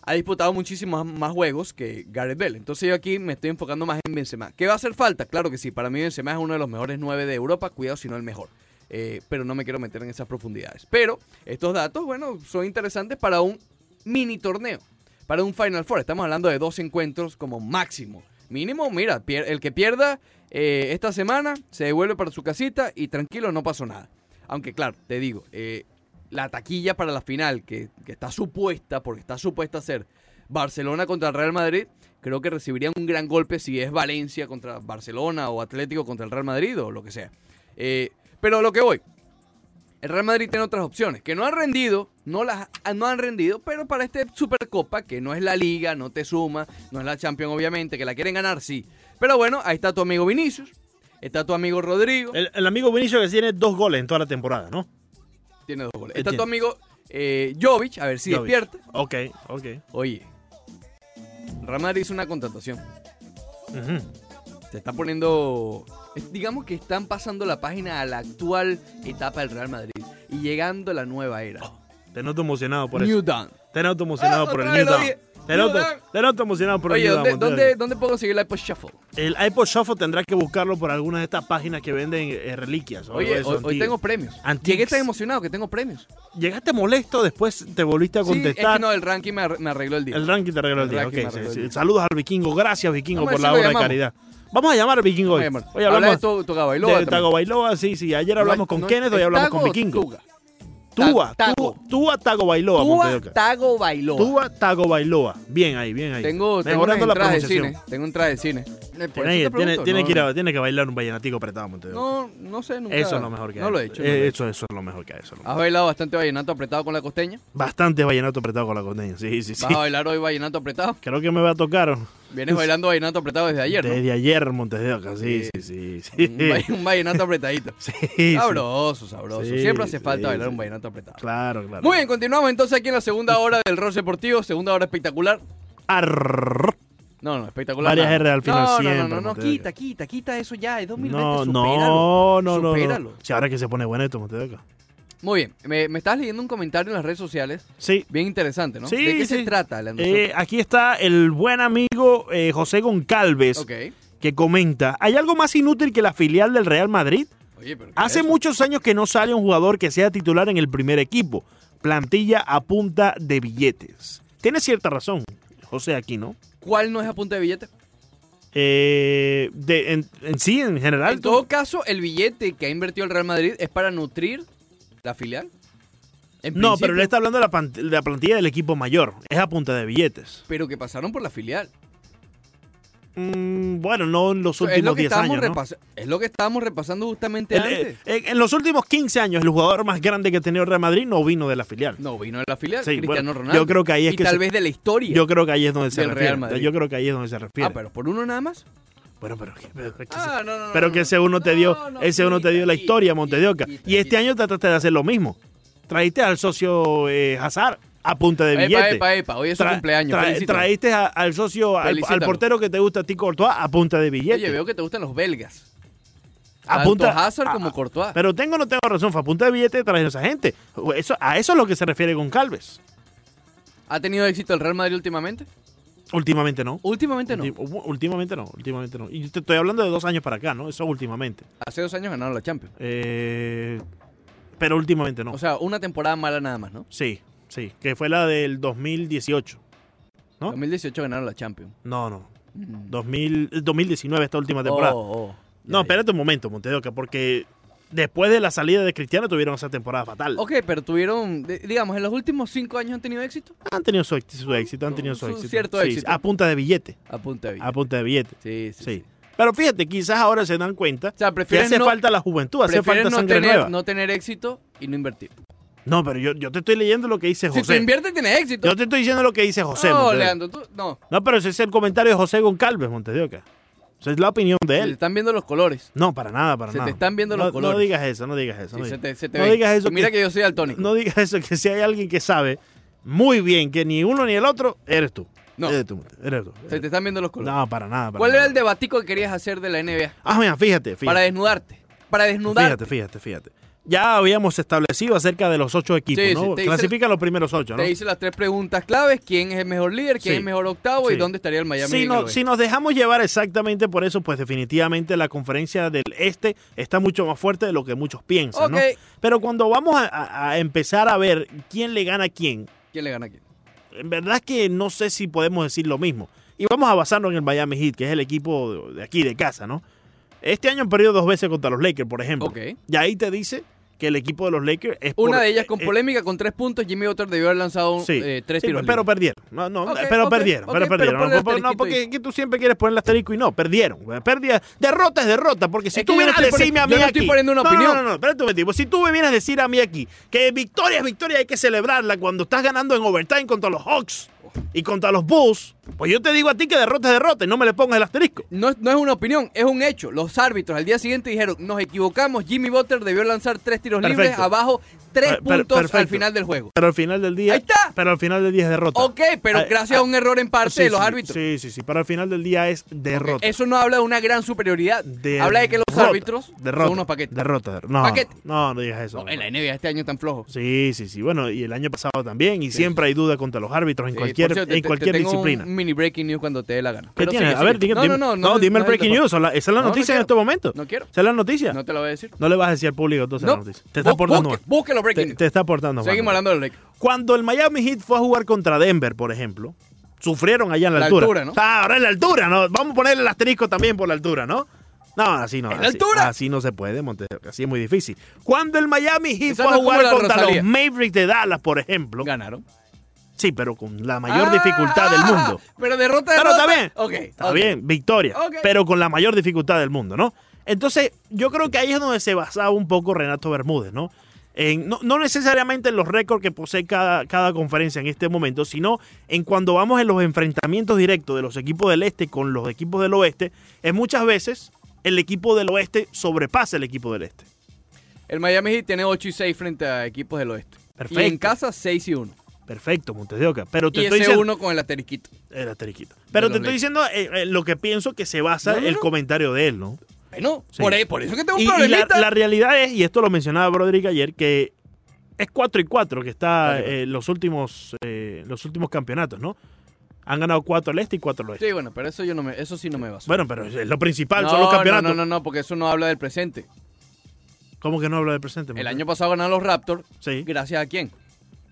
ha disputado muchísimos más juegos que Gareth Bale. Entonces yo aquí me estoy enfocando más en Benzema. ¿Qué va a hacer falta? Claro que sí, para mí Benzema es uno de los mejores nueve de Europa, cuidado si no el mejor. Eh, pero no me quiero meter en esas profundidades. Pero estos datos, bueno, son interesantes para un mini torneo, para un Final Four. Estamos hablando de dos encuentros como máximo. Mínimo, mira, pier- el que pierda eh, esta semana se devuelve para su casita y tranquilo, no pasó nada. Aunque claro, te digo, eh, la taquilla para la final, que, que está supuesta, porque está supuesta a ser Barcelona contra el Real Madrid, creo que recibirían un gran golpe si es Valencia contra Barcelona o Atlético contra el Real Madrid o lo que sea. Eh, pero a lo que voy, el Real Madrid tiene otras opciones que no han rendido, no las no han rendido, pero para este Supercopa, que no es la liga, no te suma, no es la Champions obviamente, que la quieren ganar, sí. Pero bueno, ahí está tu amigo Vinicius, está tu amigo Rodrigo, El, el amigo Vinicio que tiene dos goles en toda la temporada, ¿no? tiene dos goles. Está Entiendo. tu amigo eh, Jovic, a ver si Jovic. despierta. Ok, ok. Oye, Real Madrid hizo una contratación. Ujú. Se está poniendo. es- Digamos que están pasando la página a la actual etapa del Real Madrid y llegando a la nueva era. Te noto emocionado Oh, por New eso. Dawn. Te noto emocionado Ah, por el otra New vez lo Dawn. dije. Te New noto, Dawn. te noto emocionado por Oye, el New ¿dónde, Dawn. dónde, ¿dónde puedo conseguir la iPod Shuffle? El iPod Shuffle tendrá que buscarlo por alguna de estas páginas que venden eh, reliquias. o algo de Oye, eso hoy, hoy antiguo. tengo premios. Antiques. Llegué tan emocionado que tengo premios. Llegaste molesto, después te volviste a Sí, es contestar. que no, el ranking me ar- me arregló el día. El ranking te arregla el El día. ranking ok, me arregla sí, el sí. día. Saludos al vikingo. Gracias, vikingo, Vamos a por la ver si lo obra de llamamos. caridad. Vamos a llamar al vikingo hoy. Oye, Hoy Habla de hablamos tu, tu de, Gabailoa también. Tago Bailoa. Sí, sí. Ayer hablamos No, con no, Kenneth, hoy ¿es hablamos Tago con o vikingo. Tuga? Túa, Tago. Túa, Túa Tago Bailoa. Tua Montevideo. Tago Bailoa. Túa Tago Bailoa. Bien ahí, bien ahí. Tengo, tengo unas Mejorando la entradas de pronunciación. cine. Tengo entradas de cine. Por eso Tiene, te tiene- pregunto, tiene no- que ir a- tiene que bailar un vallenatico apretado, Montevideo. No, no sé, nunca. eso es lo mejor que No hay. lo he hecho. no Eh, lo he hecho. eso, eso es lo mejor que hay. Eso es lo Has mejor. bailado bastante vallenato apretado con la costeña. Bastante vallenato apretado con la costeña. Sí, sí, sí. Vas a bailar hoy vallenato apretado. Creo que me va a tocar. Vienes bailando vallenato apretado desde ayer, ¿no? Desde ayer, Montevideo. Sí, sí, sí. sí. Un va- Un vallenato apretadito. Sí, sí. Sabroso, sabroso. Sí, Siempre hace falta sí, bailar sí. un vallenato apretado. Claro, claro. Muy bien, continuamos entonces aquí en la segunda hora del Ross Deportivo, segunda hora espectacular. Arr. No, no, espectacular. Varias nada. R al final no, no, siempre, No, no, no, Montevideo. quita, quita, quita eso ya, es 2020, No, no, supéralo. no, no, no. supéralo. Si ahora que se pone bueno esto, Montevideo. Muy bien, me, me estabas leyendo un comentario en las redes sociales, Sí. bien interesante, ¿no? Sí, ¿De qué se sí. trata, Leandro? Eh, aquí está el buen amigo eh, José Goncalves ok. que comenta, ¿hay algo más inútil que la filial del Real Madrid? Oye, pero ¿qué Hace es eso? muchos años que no sale un jugador que sea titular en el primer equipo. Plantilla a punta de billetes. Tiene cierta razón. José Aquino. ¿Cuál no es a punta de billete? Eh, de, en, en sí, en general. En todo caso, el billete que ha invertido el Real Madrid es para nutrir la filial. En no, principio, pero él está hablando de la, pant- de la plantilla del equipo mayor. Es a punta de billetes. pero que pasaron por la filial. Mm, bueno, no en los es lo últimos que 10 estábamos años. ¿no? repasa- Es lo que estábamos repasando justamente El- antes. eh, en, en los últimos 15 años, el jugador más grande que ha tenido el Real Madrid no vino de la filial. no vino de la filial, Sí, Cristiano bueno, Ronaldo. Yo creo que ahí es y que tal se- vez de la historia. yo creo que ahí es donde se del Real refiere. Madrid. Yo creo que ahí es donde se refiere. ah, pero por uno nada más. Bueno, pero, que- pero que- Ah, no, no, no, pero no, que no. ese uno te No, dio, no, ese uno te dio la quita, historia, quita, Montedeoca. quita, Y este quita. año trataste de hacer lo mismo. Trajiste al socio eh, Hazard a punta de Epa, billete. epa, epa, hoy es su Tra- cumpleaños. tra- felicítalo. traíste a- al socio, al- al, Felicítalo. portero que te gusta a ti, Courtois, a punta de billete. Oye, veo que te gustan los belgas. a tanto punta, Hazard a- como a- Courtois. Ah, Pero tengo o no tengo razón, fue a punta de billete trajeron a esa gente. Eso, a eso es lo que se refiere Goncalves. ¿Ha tenido éxito el Real Madrid últimamente? Últimamente no. Últimamente no. Ulti- u- Últimamente no, últimamente no. Y te estoy hablando de dos años para acá, ¿no? Eso últimamente. Hace dos años ganaron la Champions. Eh, pero últimamente no. O sea, una temporada mala nada más, ¿no? sí, sí. Que fue la del 2018. ¿No? 2018 ganaron la Champions. No, no. Mm. 2000, eh, 2019, esta última temporada. Oh, oh. no, Ya, ya. espérate un momento, Montedoca, porque después de la salida de Cristiano tuvieron esa temporada fatal. Ok, pero tuvieron, de- digamos, en los últimos cinco años han tenido éxito. Han tenido su, éxito- su éxito, han tenido su, Su éxito. cierto Sí, éxito. A punta de billete. A punta de vida. A punta de billete. Sí, sí, Ah, Sí. sí. Pero fíjate, quizás ahora se dan cuenta O sea, que prefieres hace no, falta la juventud, hace prefieres falta no sangre tener, nueva. No, no tener éxito y no invertir. pero yo, yo te estoy leyendo lo que dice Si tú José. inviertes, tienes éxito. Yo te estoy diciendo lo que dice José. no, Montedoca. Leandro, tú, no. No, pero ese es el comentario de José Goncalves, Montedioca. Esa es la opinión de Se te él. están viendo los colores. No, para nada, para Se te nada. están viendo los No- colores. No digas eso, no digas eso. Sí, no se digas. te, se te no ven. digas eso Mira que- que, yo soy daltónico. No digas eso, que si hay alguien que sabe muy bien que ni uno ni el otro, eres tú. No. Eres tú, Monte- eres tú. se te están viendo los colores. No, para nada. para ¿Cuál era nada. el debatico que querías hacer de la NBA? Ah, mira, fíjate, Para fíjate. desnudarte. Para desnudarte. Fíjate, fíjate, fíjate. Ya habíamos establecido acerca de los ocho equipos, Sí, sí, ¿no? te hice- Clasifican los primeros ocho, ¿no? Te hice las tres preguntas claves. ¿Quién es el mejor líder? ¿Quién Sí. es el mejor octavo? ¿Y Sí. dónde estaría el Miami? si, en no- el oeste? si nos dejamos llevar exactamente por eso, pues definitivamente la conferencia del este está mucho más fuerte de lo que muchos piensan, ok. ¿no? Pero cuando vamos a, a- a empezar a ver quién le gana a quién, ¿Quién le gana a quién? en verdad es que no sé si podemos decir lo mismo. Y vamos a basarnos en el Miami Heat, que es el equipo de- de aquí, de casa, ¿no? Este año han perdido dos veces contra los Lakers, por ejemplo. Ok. Y ahí te dice que el equipo de los Lakers es Una por- de ellas con eh, eh, polémica, con tres puntos. Jimmy Butler debió haber lanzado Sí. eh, tres sí, tiros. pero libres. perdieron. No, no, Ok, pero ok, perdieron, ok, pero pero perdieron. ponle No, por- no, asterisquito porque ahí. es que tú siempre quieres poner el asterisco y no, perdieron. güey, Pérdida, derrota es derrota, porque si Es que tú yo no vienes a estoy poni- decirme a mí yo no aquí. estoy poniendo una no, opinión. No, no, no, espérate un momento. Si tú me vienes a decir a mí aquí que victoria es victoria, hay que celebrarla cuando estás ganando en overtime contra los Hawks y contra los Bulls, pues yo te digo a ti que derrota es derrota y no me le pongas el asterisco. No, es- no es una opinión, es un hecho. Los árbitros al día siguiente dijeron, nos equivocamos, Jimmy Butler debió lanzar tres tiros libres, Perfecto. abajo tres Per- per- puntos al perfecto. final del juego. Pero al final del día. Ahí está. Pero al final del día es derrota. Ok, pero Ah, gracias a un error en parte Sí, de los sí, árbitros. Sí, sí, sí. Pero al final del día es derrota. Eso no habla de una gran superioridad. habla de que los Derrota, árbitros derrota, son unos paquetes. Derrota, der- no, Paquete. no, no digas eso. No, en la NBA este año están flojos. Sí, sí, sí. Bueno, y el año pasado también. Y siempre hay duda contra los árbitros en Sí, cualquier, por cierto, te- en te- cualquier te tengo disciplina. Un mini breaking news cuando te dé la gana. ¿Qué Pero tiene? sigue, a ver, sigue. dime, no, dime- no, no, no, dime el es breaking deporte. news. o la- esa es la No, no noticia en quiero. este momento. No quiero. Esa es la noticia. No, No te lo voy a decir. le vas a decir al público entonces la noticia. Bu- Te está aportando busque- mal. busque los breaking Te, news. te está aportando mal. Seguimos hablando de los Lakers. Cuando el Miami Heat fue a jugar contra Denver, por ejemplo, sufrieron allá en la, La altura. altura, ¿no? Ah, ahora en la altura, ¿no? Vamos a ponerle el asterisco también por la altura, ¿no? No, así no. ¿En la así, altura? así no se puede, Montes. Así es muy difícil. Cuando el Miami Heat Esa fue a no es como jugar la contra Rosalía. los Mavericks de Dallas, por ejemplo. Ganaron. Sí, pero con la mayor Ah, dificultad del mundo. Pero derrota, Pero derrota. Ah, está bien. Ok. Está ok. bien, victoria. Ok. Pero con la mayor dificultad del mundo, ¿no? Entonces, yo creo que ahí es donde se basaba un poco Renato Bermúdez, ¿no? En- no, no necesariamente en los récords que posee cada, cada conferencia en este momento, sino en cuando vamos en los enfrentamientos directos de los equipos del este con los equipos del oeste, es muchas veces el equipo del oeste sobrepasa el equipo del este. El Miami Heat tiene 8 y 6 frente a equipos del oeste. Perfecto. Y en casa 6 y 1. Perfecto, Montes de Oca. Pero te Y estoy ese diciendo. 1 con el asterisquito. Era asterisquito. Pero los te Lakers. estoy diciendo eh, eh, lo que pienso que se basa No, no, el no. comentario de él, ¿no? Bueno, Sí. por, ahí- por eso que tengo un Y, y la, problemita. la realidad es, y esto lo mencionaba Broderick ayer, que es 4 y 4 que está Cuatro y cuatro. eh, los últimos eh, los últimos campeonatos, ¿no? Han ganado 4 al este y 4 al oeste. Sí, bueno, pero eso, yo no me, eso sí no me baso. Bueno, pero es lo principal no, son los campeonatos. No, no, no, porque eso no habla del presente. ¿Cómo que no habla del presente? El Montes? año pasado ganaron los Raptors. Sí, ¿Gracias a quién?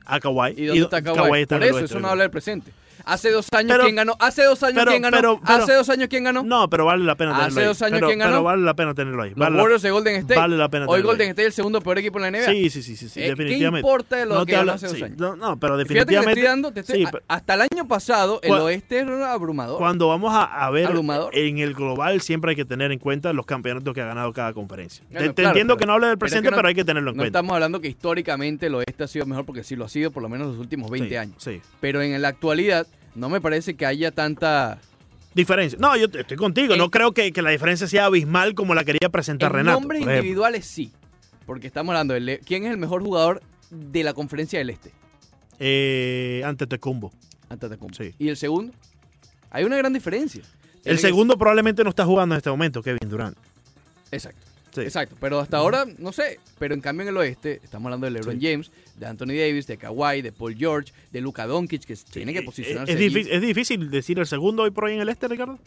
a Kawhi. ¿Y dónde está Kawhi? está en Por el eso, oeste, eso no ¿verdad? habla del presente. Hace dos años Pero- quién ganó. Hace dos años pero- quién ganó. pero- pero- hace dos años quién ganó. No, pero vale la pena Ah, Hace tenerlo ahí. dos años, pero, ¿quién ganó? pero vale la pena tenerlo ahí. Los Vale la- Warriors de Golden State. vale la pena Hoy tenerlo Golden ahí. State es el segundo peor equipo en la NBA. Sí, sí, sí, sí, sí, Eh, ¿Qué definitivamente. importa de lo No que te ganó habla- hace dos sí, años? no, no, pero Fíjate que le estoy definitivamente dando, te estoy- sí, a- pero- hasta el año pasado el Cua- oeste era abrumador. cuando vamos a, a ver Abrumador. en el global siempre hay que tener en cuenta los campeonatos que ha ganado cada conferencia. Te- Bueno, te, claro, entiendo pero- que no habla del pero es que presente, pero, no- hay que tenerlo en no cuenta. estamos hablando que históricamente el oeste ha sido mejor porque sí lo ha sido por lo menos los últimos 20 Sí, años. Sí. Pero en la actualidad no me parece que haya tanta... Diferencia. No, yo te- estoy contigo. En- No creo que, que la diferencia sea abismal como la quería presentar en Renato. nombres por ejemplo. individuales sí. Porque estamos hablando de le- quién es el mejor jugador de la conferencia del este. Eh, ante Tecumbo. Antetokounmpo. Sí. Y el segundo. Hay una gran diferencia. Tiene El que- segundo probablemente no está jugando en este momento, Kevin Durant. Exacto. Sí. Exacto, pero hasta ahora no sé. Pero en cambio en el oeste estamos hablando de LeBron Sí. James, de Anthony Davis, de Kawhi, de Paul George, de Luka Doncic que tiene que Eh, posicionarse. Es, allí. difícil, es difícil decir el segundo hoy por hoy en el este, Ricardo.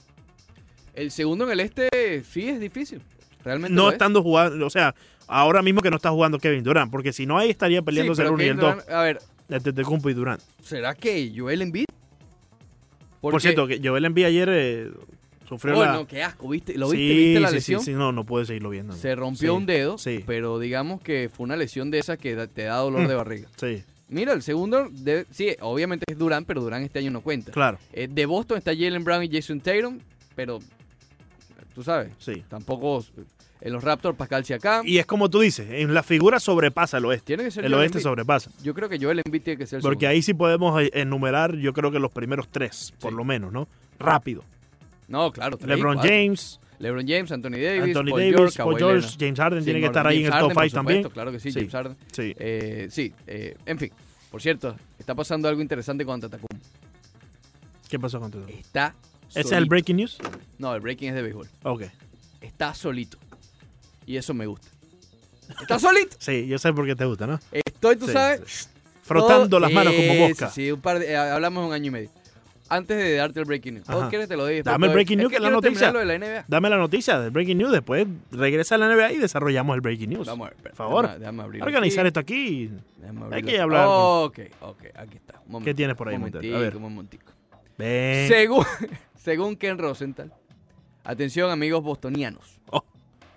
El segundo en el este sí es difícil. Realmente No lo es. estando jugando, o sea, ahora mismo que no está jugando Kevin Durant, porque si no ahí estaría Sí, peleándose pero el uno y Kevin el dos Durant- A ver, entre Tecumbo y Durant. ¿será que Joel Embiid? Por Porque- cierto, que Joel Embiid ayer eh, sufrió Oh, la... no, qué asco, ¿viste? ¿Lo viste? Sí, ¿Viste la sí, sí, lesión? sí, no, no puede seguirlo viendo. Se rompió Sí, un dedo, sí. pero digamos que fue una lesión de esas que da- te da dolor Mm. de barriga. Sí, Mira, el segundo, de- sí, obviamente es Durán, pero Durán este año no cuenta. claro, Eh, de Boston está Jalen Brown y Jason Tatum, pero tú sabes, sí. tampoco en los Raptors Pascal Siakam. Y es como tú dices, en la figura sobrepasa el oeste. tiene que ser El Joel oeste Embiid. sobrepasa. Yo creo que Joel Embiid tiene que ser el Porque segundo. ahí sí podemos eh, enumerar, yo creo que los primeros tres, por Sí. lo menos, ¿no? Rápido. No, claro. tres, LeBron cuatro. James, LeBron James, Anthony Davis, Anthony Paul Davis, George, Paul Kawhi George, Leonard. James Harden Sin tiene que Gordon, estar ahí James en el Harden, top por 5 también. supuesto, Claro que sí, Sí. James Harden. Sí. Eh, sí, eh, en fin. Por cierto, está pasando algo interesante con Antetokounmpo. ¿Qué pasó con todo? Está ¿Ese es solito. el breaking news? No, el breaking es de béisbol. Ok. Está solito. Y eso me gusta. Está solito. Sí, yo sé por qué te gusta, ¿no? Estoy, tú Sí, sabes, sí. Frotando Todo- las manos como Eh, mosca. Sí, sí, un par de- eh, hablamos un año y medio. Antes de darte el breaking news. Ajá. ¿O quieres te lo doy después? Dame Te el doy- breaking news, es que que es la quiero terminar noticia. lo de la NBA. Dame la noticia del breaking news, después regresa a la NBA y desarrollamos el breaking news. Vamos a ver. Por favor. Déjame, déjame abrirlo Organizar aquí, esto aquí. déjame hay abrirlo que aquí. hablar con- Oh, Ok, ok, aquí está. Un momento, tienes por ahí, Un Montel? A momentico, ver. un momentico. Ven. Según, según Ken Rosenthal, atención amigos bostonianos. Oh.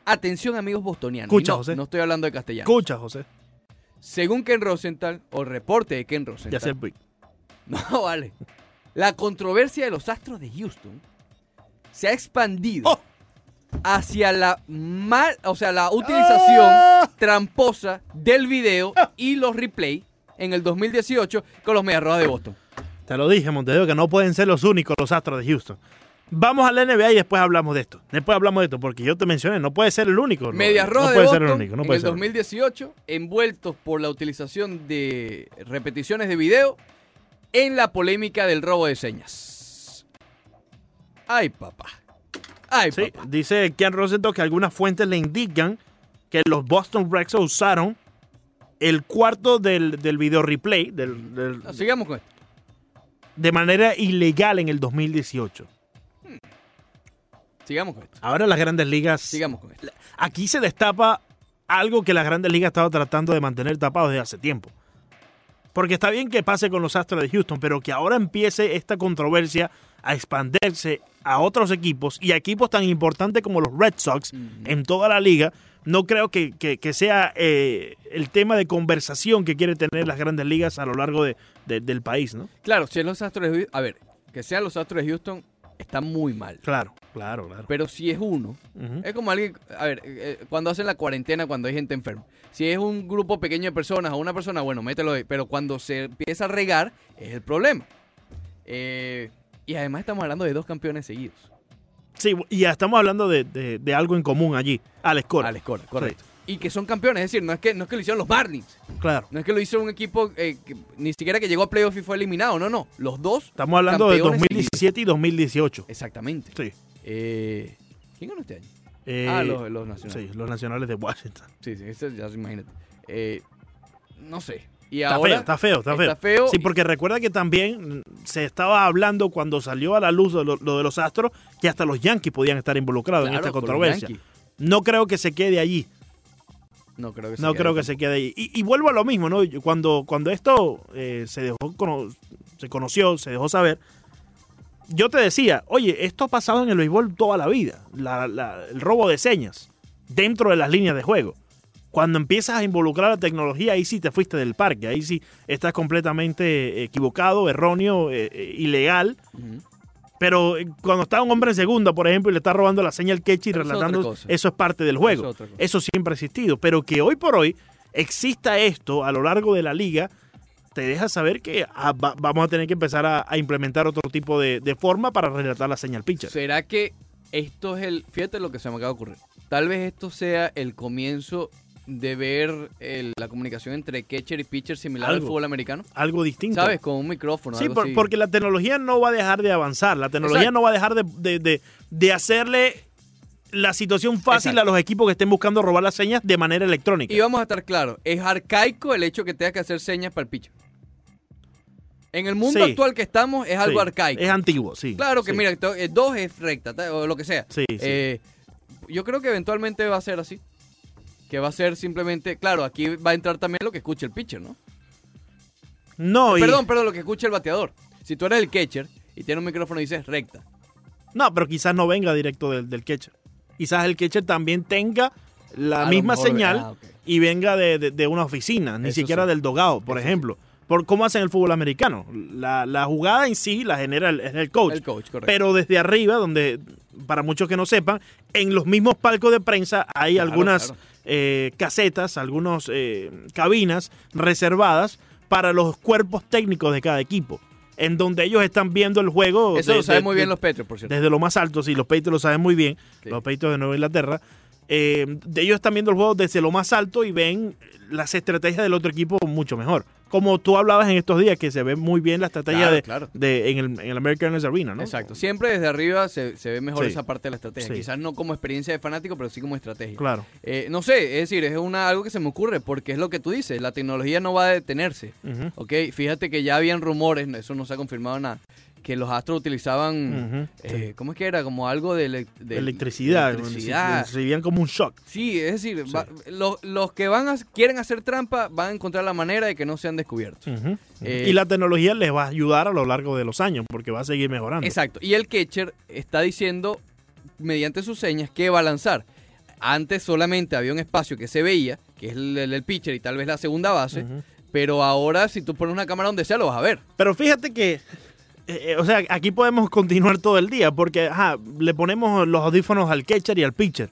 Atención amigos bostonianos. Y Escucha, no, José. No estoy hablando de castellano. Escucha, José. Según Ken Rosenthal, o reporte de Ken Ya Rosenthal. sé. pues. No, vale. La controversia de los Astros de Houston se ha expandido ¡Oh! hacia la mal, o sea, la utilización ¡Ah! tramposa del video y los replay en el 2018 con los Medias Rojas de Boston. Te lo dije, Montevideo, que no pueden ser los únicos los astros de Houston. Vamos a la NBA y después hablamos de esto. Después hablamos de esto, porque yo te mencioné, no puede ser el único. Medias no, Rojas no de puede Boston ser el único. No en puede el ser el único. 2018 envueltos por la utilización de repeticiones de video en la polémica del robo de señas. Ay, papá. Ay, Sí, papá. dice Ken Rosenthal que algunas fuentes le indican que los Boston Red Sox usaron el cuarto del, del video replay del- del- No, sigamos con esto. de manera ilegal en el 2018. Sigamos con esto. Ahora las grandes ligas... Sigamos con esto. Aquí se destapa algo que las grandes ligas estaba tratando de mantener tapado desde hace tiempo. Porque está bien que pase con los Astros de Houston, pero que ahora empiece esta controversia a expandirse a otros equipos y a equipos tan importantes como los Red Sox Ujú. en toda la liga, no creo que, que- que sea eh, el tema de conversación que quiere tener las grandes ligas a lo largo de- de- del país, ¿no? Claro, si es los Astros de Houston. A ver, que sean los Astros de Houston está muy mal. Claro, claro, claro. Pero si es uno, Ujú. es como alguien. A ver, eh, eh, cuando hacen la cuarentena, cuando hay gente enferma. Si es un grupo pequeño de personas o una persona, bueno, mételo ahí. Pero cuando se empieza a regar, es el problema. Eh, y además estamos hablando de dos campeones seguidos. Sí, y ya estamos hablando de, de- de algo en común allí, Alex Cora. Alex Cora, correcto. Y que son campeones, es decir, no es que, no es que lo hicieron los Marlins. Claro. No es que lo hizo un equipo eh, que ni siquiera que llegó a playoff y fue eliminado. No, no. Los dos, Estamos hablando de Campeones 2017 y 2018. exactamente. Sí. Eh, ¿Quién ganó este año? Eh, ah, los, los nacionales. sí, los nacionales de Washington. Sí, sí, eso ya se imagínate. Eh, no sé. Y Está ahora feo, está feo, está feo. Sí, y- porque recuerda que también mm, se estaba hablando cuando salió a la luz lo, lo de los astros que hasta los Yankees podían estar involucrados en claro, esta con los controversia. Yankees. No creo que se quede allí. No creo que se No quede creo que con- se quede ahí. Y, y vuelvo a lo mismo, ¿no? Yo- Cuando, cuando esto eh, se dejó cono- se conoció, se dejó saber. Yo te decía, oye, esto ha pasado en el béisbol toda la vida, la- la- el robo de señas dentro de las líneas de juego. Cuando empiezas a involucrar la tecnología, ahí sí te fuiste del parque, ahí sí estás completamente eh, equivocado, erróneo, eh, eh, ilegal. Ujú. Pero eh, cuando está un hombre en segunda, por ejemplo, y le está robando la señal quechi y Eso es otra relatando, cosa. eso es parte del juego. Eso es otra cosa. Eso siempre ha existido. Pero que hoy por hoy exista esto a lo largo de la liga, te deja saber que ah, va- vamos a tener que empezar a, a implementar otro tipo de, de forma para relatar la señal pitcher. ¿Será que esto es el. Fíjate lo que se me acaba de ocurrir. Tal vez esto sea el comienzo de ver el- la comunicación entre catcher y pitcher similar Algo. al fútbol americano. Algo distinto. ¿Sabes? Con un micrófono. Sí, algo por- así. porque la tecnología no va a dejar de avanzar, la tecnología Exacto. no va a dejar de, de- de- de hacerle la situación fácil Exacto. a los equipos que estén buscando robar las señas de manera electrónica. Y vamos a estar claros, es arcaico el hecho que tengas que hacer señas para el pitcher. En el mundo Sí. actual que estamos es algo Sí, arcaico. Es antiguo, sí. claro que sí. mira, to- eh, dos es recta, ta- o lo que sea. Sí, sí. Eh, yo creo que eventualmente va a ser así. Que va a ser simplemente, claro, aquí va a entrar también lo que escuche el pitcher, ¿no? No, y- Perdón, perdón, lo que escuche el bateador. Si tú eres el catcher y tienes un micrófono y dices recta. no, pero quizás no venga directo del, del catcher. Quizás el catcher también tenga la A lo misma mejor- señal ah, ok. y venga de, de- de una oficina, ni Eso siquiera sí. del dogado, por Eso ejemplo. Por cómo hacen el fútbol americano. La, la jugada en sí la genera el, es el coach. El coach, correcto. pero desde arriba, donde, para muchos que no sepan, en los mismos palcos de prensa hay Claro, algunas claro. eh, casetas, algunas eh, cabinas reservadas para los cuerpos técnicos de cada equipo, en donde ellos están viendo el juego. Eso de- lo saben de- muy bien de- los Patriots, por cierto. desde lo más alto, sí, los peitos lo saben muy bien, Sí. los peitos de Nueva Inglaterra. eh, de ellos están viendo el juego desde lo más alto y ven las estrategias del otro equipo mucho mejor. Como tú hablabas en estos días, que se ve muy bien la estrategia Claro, de, claro. de- en, el, en el American Airlines Arena, ¿no? Exacto. Siempre desde arriba se, se ve mejor Sí. esa parte de la estrategia. Sí. Quizás no como experiencia de fanático, pero sí como estrategia. Claro. Eh, no sé, es decir, es una, algo que se me ocurre porque es lo que tú dices, la tecnología no va a detenerse. Ujú, Ok, fíjate que ya habían rumores, no, eso no se ha confirmado nada, que los astros utilizaban, ujú, eh, ¿cómo es que era? Como algo de, elec- sí. de Electricidad. electricidad. Recibían como un shock. Sí, es decir, Sí. va- los, los que van a, quieren hacer trampa van a encontrar la manera de que no sean descubiertos. Ujú, ujú. Eh, y la tecnología les va a ayudar a lo largo de los años porque va a seguir mejorando. Exacto. Y el catcher está diciendo, mediante sus señas, que va a lanzar. Antes solamente había un espacio que se veía, que es el, el- el pitcher y tal vez la segunda base, Ujú. pero ahora si tú pones una cámara donde sea lo vas a ver. Pero fíjate que, eh, eh, o sea, aquí podemos continuar todo el día porque ajá, le ponemos los audífonos al catcher y al pitcher.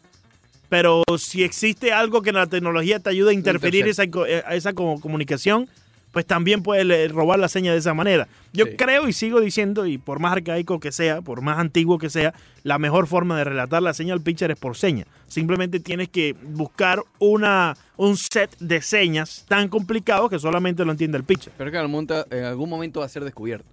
Pero si existe algo que la tecnología te ayuda a interferir esa, co- eh, a esa co- comunicación, pues también puedes le- robar la seña de esa manera. Yo Sí. creo y sigo diciendo, y por más arcaico que sea, por más antiguo que sea, la mejor forma de relatar la seña al pitcher es por seña. Simplemente tienes que buscar una, un set de señas tan complicados que solamente lo entiende el pitcher. Pero que en algún, momento- en algún momento va a ser descubierto.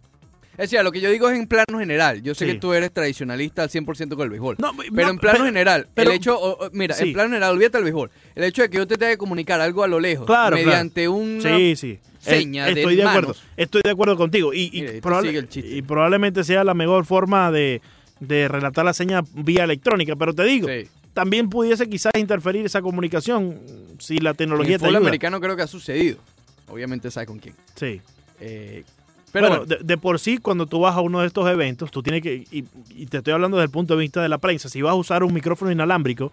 Es decir, lo que yo digo es en plano general. Yo sé Sí. que tú eres tradicionalista al 100% con el béisbol. No, Pero no, en plano pero- general, pero- el hecho, o- o- mira, Sí. en plano general, olvídate el béisbol. El hecho de que yo te tenga que comunicar algo a lo lejos, Claro, claro. mediante un Sí, sí. seña Eh, de estoy de manos. acuerdo. Estoy de acuerdo contigo. Y, y Mira, y tú probable- sigue el chiste. y probablemente sea la mejor forma de, de relatar la seña vía electrónica. Pero te digo, Sí. también pudiese quizás interferir esa comunicación si la En tecnología el te fútbol ayuda. americano creo que ha sucedido. Obviamente sabe con quién. Sí. Eh, pero Pero bueno, bueno, de, de por sí, cuando tú vas a uno de estos eventos, tú tienes que, y, y te estoy hablando desde el punto de vista de la prensa, si vas a usar un micrófono inalámbrico,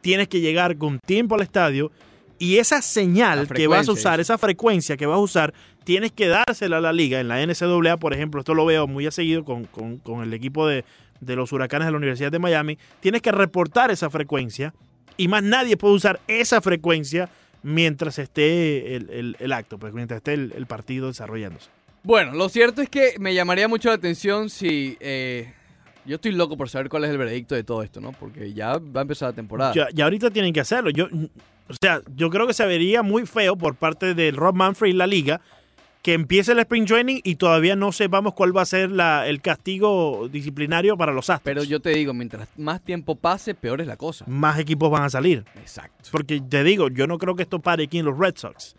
tienes que llegar con tiempo al estadio y esa señal La que vas a frecuencia, usar, esa frecuencia que vas a usar, tienes que dársela a la liga. En la NCAA, por ejemplo, esto lo veo muy a seguido con, con- con el equipo de, de los huracanes de la Universidad de Miami, tienes que reportar esa frecuencia y más nadie puede usar esa frecuencia mientras esté el, el- el acto, pues, mientras esté el- el partido desarrollándose. bueno, lo cierto es que me llamaría mucho la atención si... eh, yo estoy loco por saber cuál es el veredicto de todo esto, ¿no? Porque ya va a empezar la temporada. Ya, ya ahorita tienen que hacerlo. Yo, o sea, yo creo que se vería muy feo por parte del Rob Manfred y la liga que empiece el sprint training y todavía no sepamos cuál va a ser la- el castigo disciplinario para los astros. Pero yo te digo, mientras más tiempo pase, peor es la cosa. Más equipos van a salir. Exacto. Porque te digo, yo no creo que esto pare aquí en los Red Sox.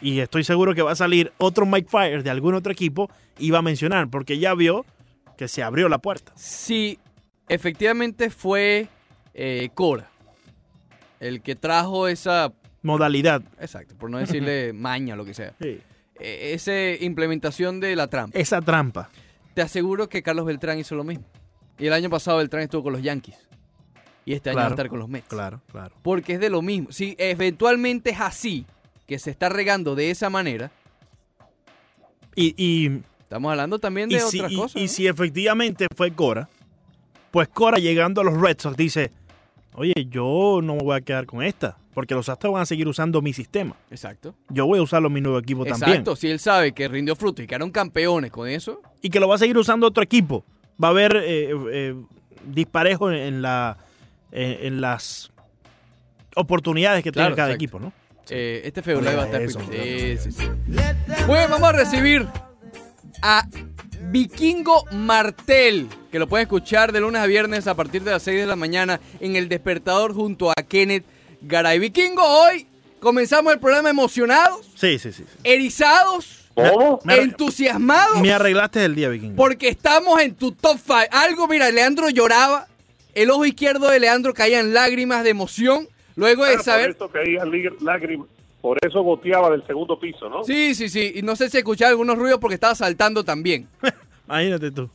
Y estoy seguro que va a salir otro Mike Fire de algún otro equipo y va a mencionar, porque ya vio que se abrió la puerta. Si efectivamente fue eh, Cora el que trajo esa... Modalidad. Exacto, por no decirle maña, lo que sea. eh, esa implementación de la trampa. Esa trampa. Te aseguro que Carlos Beltrán hizo lo mismo. Y el año pasado Beltrán estuvo con los Yankees. Y este año va a Claro. estar con los Mets. Claro, claro. Porque es de lo mismo. Si eventualmente es así, que se está regando de esa manera, Y, y, estamos hablando también y de si, otras y- cosas. y ¿no? si efectivamente fue Cora, pues Cora llegando a los Red Sox dice, oye, yo no me voy a quedar con esta, porque los Astros van a seguir usando mi sistema. Exacto. Yo voy a usarlo en mi nuevo equipo también. Exacto. Si él sabe que rindió fruto y quedaron campeones con eso, y que lo va a seguir usando otro equipo. Va a haber eh, eh, disparejo en- en, la, en, en las oportunidades que Claro, tiene cada exacto. equipo, ¿no? eh, este Februario va a estar Eso, pico. claro, Sí, claro. sí, sí. Muy bien, vamos a recibir a Vikingo Martel, que lo pueden escuchar de lunes a viernes a partir de las 6 de la mañana en El Despertador junto a Kenneth Garay. Vikingo, hoy comenzamos el programa emocionados, Sí, sí, sí. sí. erizados, ¿Cómo? Eh, Me arre- entusiasmados, Me arreglaste el día, Viking. porque estamos en tu top 5. Algo, mira, Leandro lloraba, el ojo izquierdo de Leandro caían lágrimas de emoción, luego de Ah, saber... Por eso caía lig- lágrima. Por eso goteaba del segundo piso, ¿no? Sí, sí, sí, y no sé si escuchaba algunos ruidos porque estaba saltando también. Imagínate tú.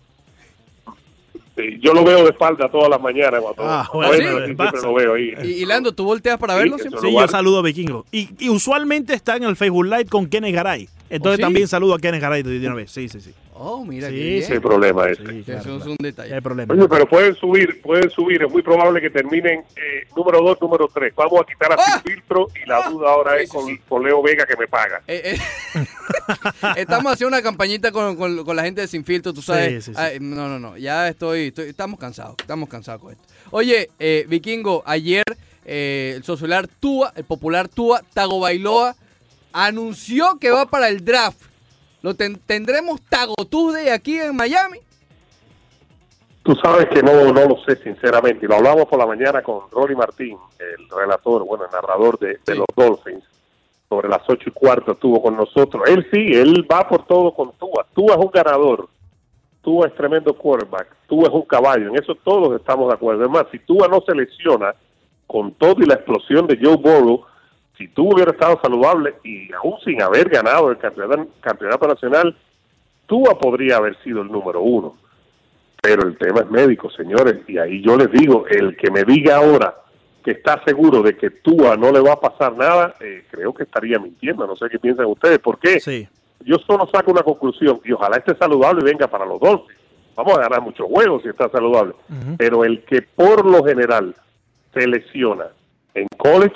Sí, yo lo veo de espalda todas las mañanas. Cuando, Ah, cuando bueno, entra, ¿sí? sí, pasa. siempre lo veo ahí. Y, y Leandro, ¿tú volteas para verlo Sí, siempre? Pero Sí, yo guarda. saludo a Vikingo. Y, y usualmente está en el Facebook Live con Kenneth Garay. Entonces ¿Oh, sí? también saludo a Kenneth Garay de una vez. Sí, sí, sí. Oh, mira, Sí, qué bien. sí, Sí, hay problema Sí, este. claro, Eso es claro. un detalle. No hay problema. Oye, pero pueden subir, pueden subir. Es muy probable que terminen eh, número 2, número 3. Vamos a quitar a Ah. Sin filtro y la duda ahora Sí, es sí, con, sí. con Leo Vega que me paga. Eh, eh, estamos haciendo una campañita con, con- con la gente de Sin Filtro, tú sabes. Sí, sí, sí. Ay, no, no, no, ya estoy, estoy- estamos cansados, estamos cansados con esto. Oye, eh, Vikingo, ayer eh, el solar Tua, el popular Tua, Tago Bailoa, anunció que va para el draft. Lo ten- tendremos Tago Tuesday aquí en Miami. Tú sabes que no, no lo sé, sinceramente. Y Lo hablamos por la mañana con Rory Martín, el relator, bueno, el narrador de, Sí. de los Dolphins. Sobre las ocho y cuarto estuvo con nosotros. Él sí, él va por todo con Tua. Tua es un ganador. Tua es tremendo quarterback. Tua es un caballo. En eso todos estamos de acuerdo. Es más, si Tua no se lesiona con todo y la explosión de Joe Burrow, si Tua hubiera estado saludable y aún sin haber ganado el campeonato, campeonato nacional, Tua podría haber sido el número uno. Pero el tema es médico, señores, y ahí yo les digo, el que me diga ahora que está seguro de que Tua no le va a pasar nada, eh, creo que estaría mintiendo, no sé qué piensan ustedes, porque Sí. yo solo saco una conclusión, y ojalá esté saludable y venga para los Dolphins, vamos a ganar muchos juegos si está saludable, Ujú. pero el que por lo general se lesiona en college,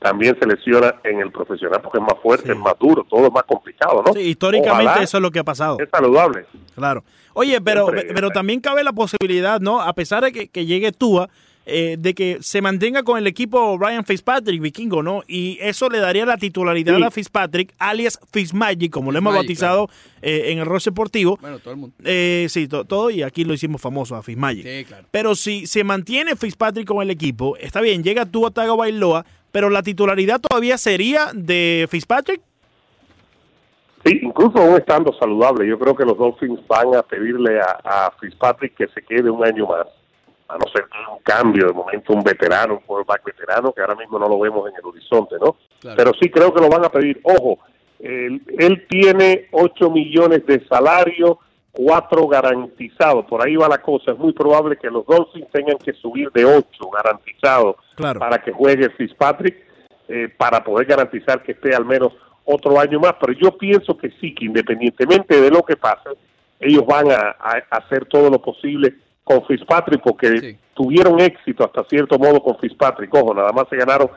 también se lesiona en el profesional, porque es más fuerte, Sí. es más duro, todo es más complicado, ¿no? Sí, históricamente Ojalá eso es lo que ha pasado. esté saludable. Claro. Oye, pero, Siempre, pero siempre. también cabe la posibilidad, ¿no? A pesar de que, que llegue Tua, eh, de que se mantenga con el equipo Ryan Fitzpatrick, vikingo, ¿no? Y eso le daría la titularidad Sí. a Fitzpatrick, alias Fitzmagic, como lo hemos Fitzmagic, bautizado eh, en el rol deportivo. Bueno, todo el mundo. Eh, sí, to- todo, y aquí lo hicimos famoso a Fitzmagic. Sí, claro. Pero si se mantiene Fitzpatrick con el equipo, está bien, llega Tua Tagovailoa, pero la titularidad todavía sería de Fitzpatrick. Sí, incluso aún estando saludable, yo creo que los Dolphins van a pedirle a, a Fitzpatrick que se quede un año más, a no ser que haya un cambio de momento, un veterano, un quarterback veterano, que ahora mismo no lo vemos en el horizonte, ¿no? Claro. Pero sí creo que lo van a pedir. Ojo, él, él tiene 8 millones de salario, 4 garantizados, por ahí va la cosa, es muy probable que los Dolphins tengan que subir de 8 garantizados Claro. para que juegue Fitzpatrick eh, para poder garantizar que esté al menos otro año más. Pero yo pienso que sí, que independientemente de lo que pase, ellos van a, a- a hacer todo lo posible con Fitzpatrick porque Sí. tuvieron éxito hasta cierto modo con Fitzpatrick. Ojo, nada más se ganaron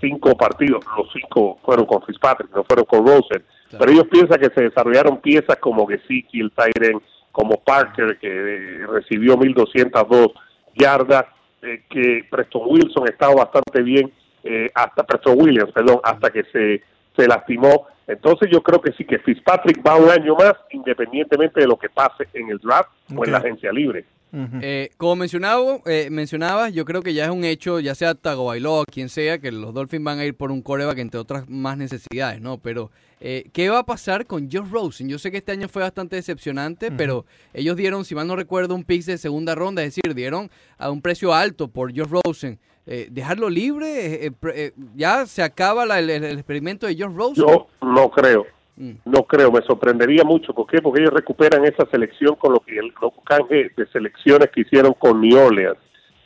cinco partidos, los cinco fueron con Fitzpatrick, no fueron con Rosen. Claro. Pero ellos piensan que se desarrollaron piezas como Gesicki, el Tyren, como Parker, que eh, recibió 1.202 yardas, eh, que Preston Wilson estaba bastante bien, eh, hasta Preston Williams, perdón, hasta que se, se lastimó. Entonces yo creo que sí, que Fitzpatrick va un año más, independientemente de lo que pase en el draft o Ok. en la agencia libre. Ujú. Eh, como mencionaba, eh, mencionabas, yo creo que ya es un hecho, ya sea Tagovailoa, quien sea, que los Dolphins van a ir por un coreback entre otras más necesidades, ¿no? Pero, eh, ¿qué va a pasar con Josh Rosen? Yo sé que este año fue bastante decepcionante, pero ellos dieron, si mal no recuerdo, un pick de segunda ronda, es decir, dieron a un precio alto por Josh Rosen. Eh, ¿Dejarlo libre? Eh, eh, pre- eh, ¿Ya se acaba la- el, el- el experimento de Josh Rosen? Yo no creo. Mm. No creo, me sorprendería mucho. ¿Por qué? Porque ellos recuperan esa selección con lo que el los canje de selecciones que hicieron con New Orleans.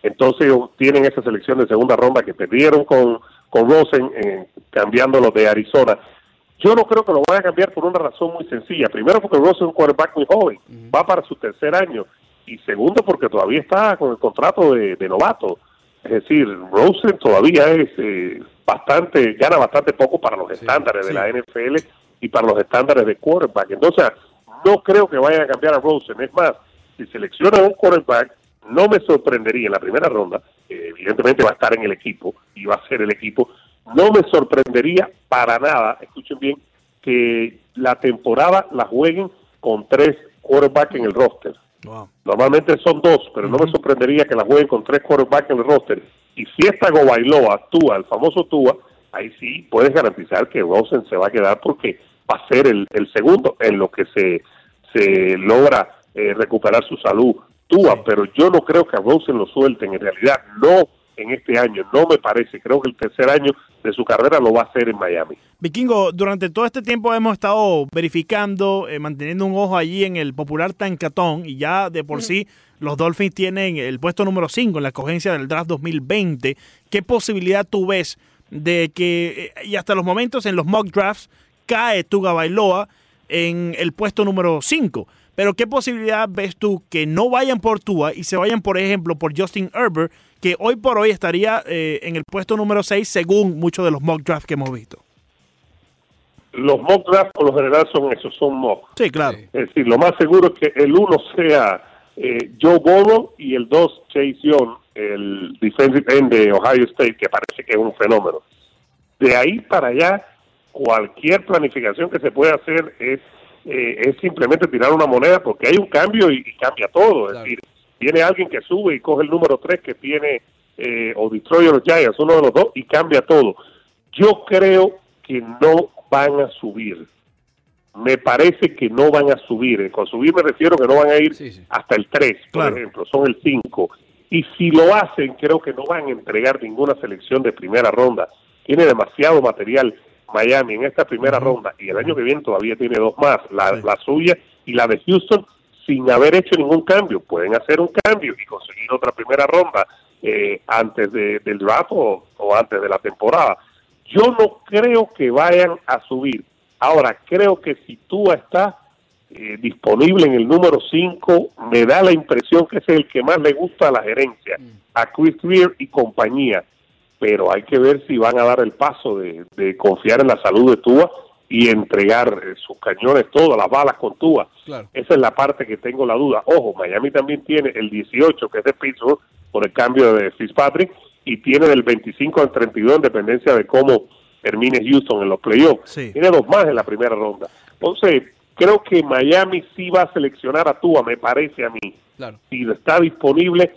Entonces ellos tienen esa selección de segunda ronda que perdieron con, con Rosen, eh, cambiándolo de Arizona. Yo no creo que lo van a cambiar por una razón muy sencilla. Primero, porque Rosen es un quarterback muy joven, va para su tercer año. Y segundo, porque todavía está con el contrato de, de novato. Es decir, Rosen todavía es eh, bastante, gana bastante poco para los estándares sí. de la NFL y para los estándares de quarterback. Entonces, no creo que vayan a cambiar a Rosen. Es más, si seleccionan un quarterback, no me sorprendería en la primera ronda, que evidentemente va a estar en el equipo y va a ser el equipo, no me sorprendería para nada, escuchen bien, que la temporada la jueguen con tres quarterbacks en el roster. Wow. Normalmente son dos, pero no me sorprendería que la jueguen con tres quarterbacks en el roster. Y si esta Gobailoa, Tua, el famoso Tua, ahí sí puedes garantizar que Rosen se va a quedar porque va a ser el, el segundo en lo que se, se logra eh, recuperar su salud. Tua, pero yo no creo que a Rosen lo suelten en realidad, no en este año, no me parece. Creo que el tercer año de su carrera lo va a hacer en Miami. Vikingo, durante todo este tiempo hemos estado verificando, eh, manteniendo un ojo allí en el popular Tancatón y ya de por sí los Dolphins tienen el puesto número 5 en la escogencia del draft 2020. ¿Qué posibilidad tú ves de que, eh, y hasta los momentos en los mock drafts, cae Tuga Bailoa en el puesto número 5? Pero ¿qué posibilidad ves tú que no vayan por Tua y se vayan, por ejemplo, por Justin Herbert, que hoy por hoy estaría eh, en el puesto número 6 según muchos de los mock drafts que hemos visto? Los mock drafts por lo general son esos, son mock. Sí, claro. Sí. Es decir, lo más seguro es que el uno sea eh, Joe Burrow y el dos Chase Young, el defensive end de Ohio State, que parece que es un fenómeno. De ahí para allá, cualquier planificación que se pueda hacer es, eh, es simplemente tirar una moneda porque hay un cambio y, y cambia todo. Es Claro. decir, viene alguien que sube y coge el número 3 que tiene eh, o Detroit o los Giants, uno de los dos, y cambia todo. Yo creo que no van a subir. Me parece que no van a subir. Eh, Con subir me refiero que no van a ir Sí, sí. hasta el 3, por Claro. ejemplo, son el 5. Y si lo hacen, creo que no van a entregar ninguna selección de primera ronda. Tiene demasiado material Miami en esta primera ronda y el año que viene todavía tiene dos más, la, Sí. la suya y la de Houston, sin haber hecho ningún cambio. Pueden hacer un cambio y conseguir otra primera ronda eh, antes de- del draft o, o antes de la temporada. Yo no creo que vayan a subir. Ahora, creo que si tú estás eh, disponible en el número 5, me da la impresión que es el que más le gusta a la gerencia, a Chris Greer y compañía. Pero hay que ver si van a dar el paso de, de confiar en la salud de Tuba y entregar eh, sus cañones, todas las balas con Tuba. Claro. Esa es la parte que tengo la duda. Ojo, Miami también tiene el 18, que es de Pittsburgh, por el cambio de Fitzpatrick, y tiene del 25 al 32 en dependencia de cómo termine Houston en los playoffs. Sí. Tiene dos más en la primera ronda. Entonces, creo que Miami sí va a seleccionar a Tua, me parece a mí. Claro. Si está disponible,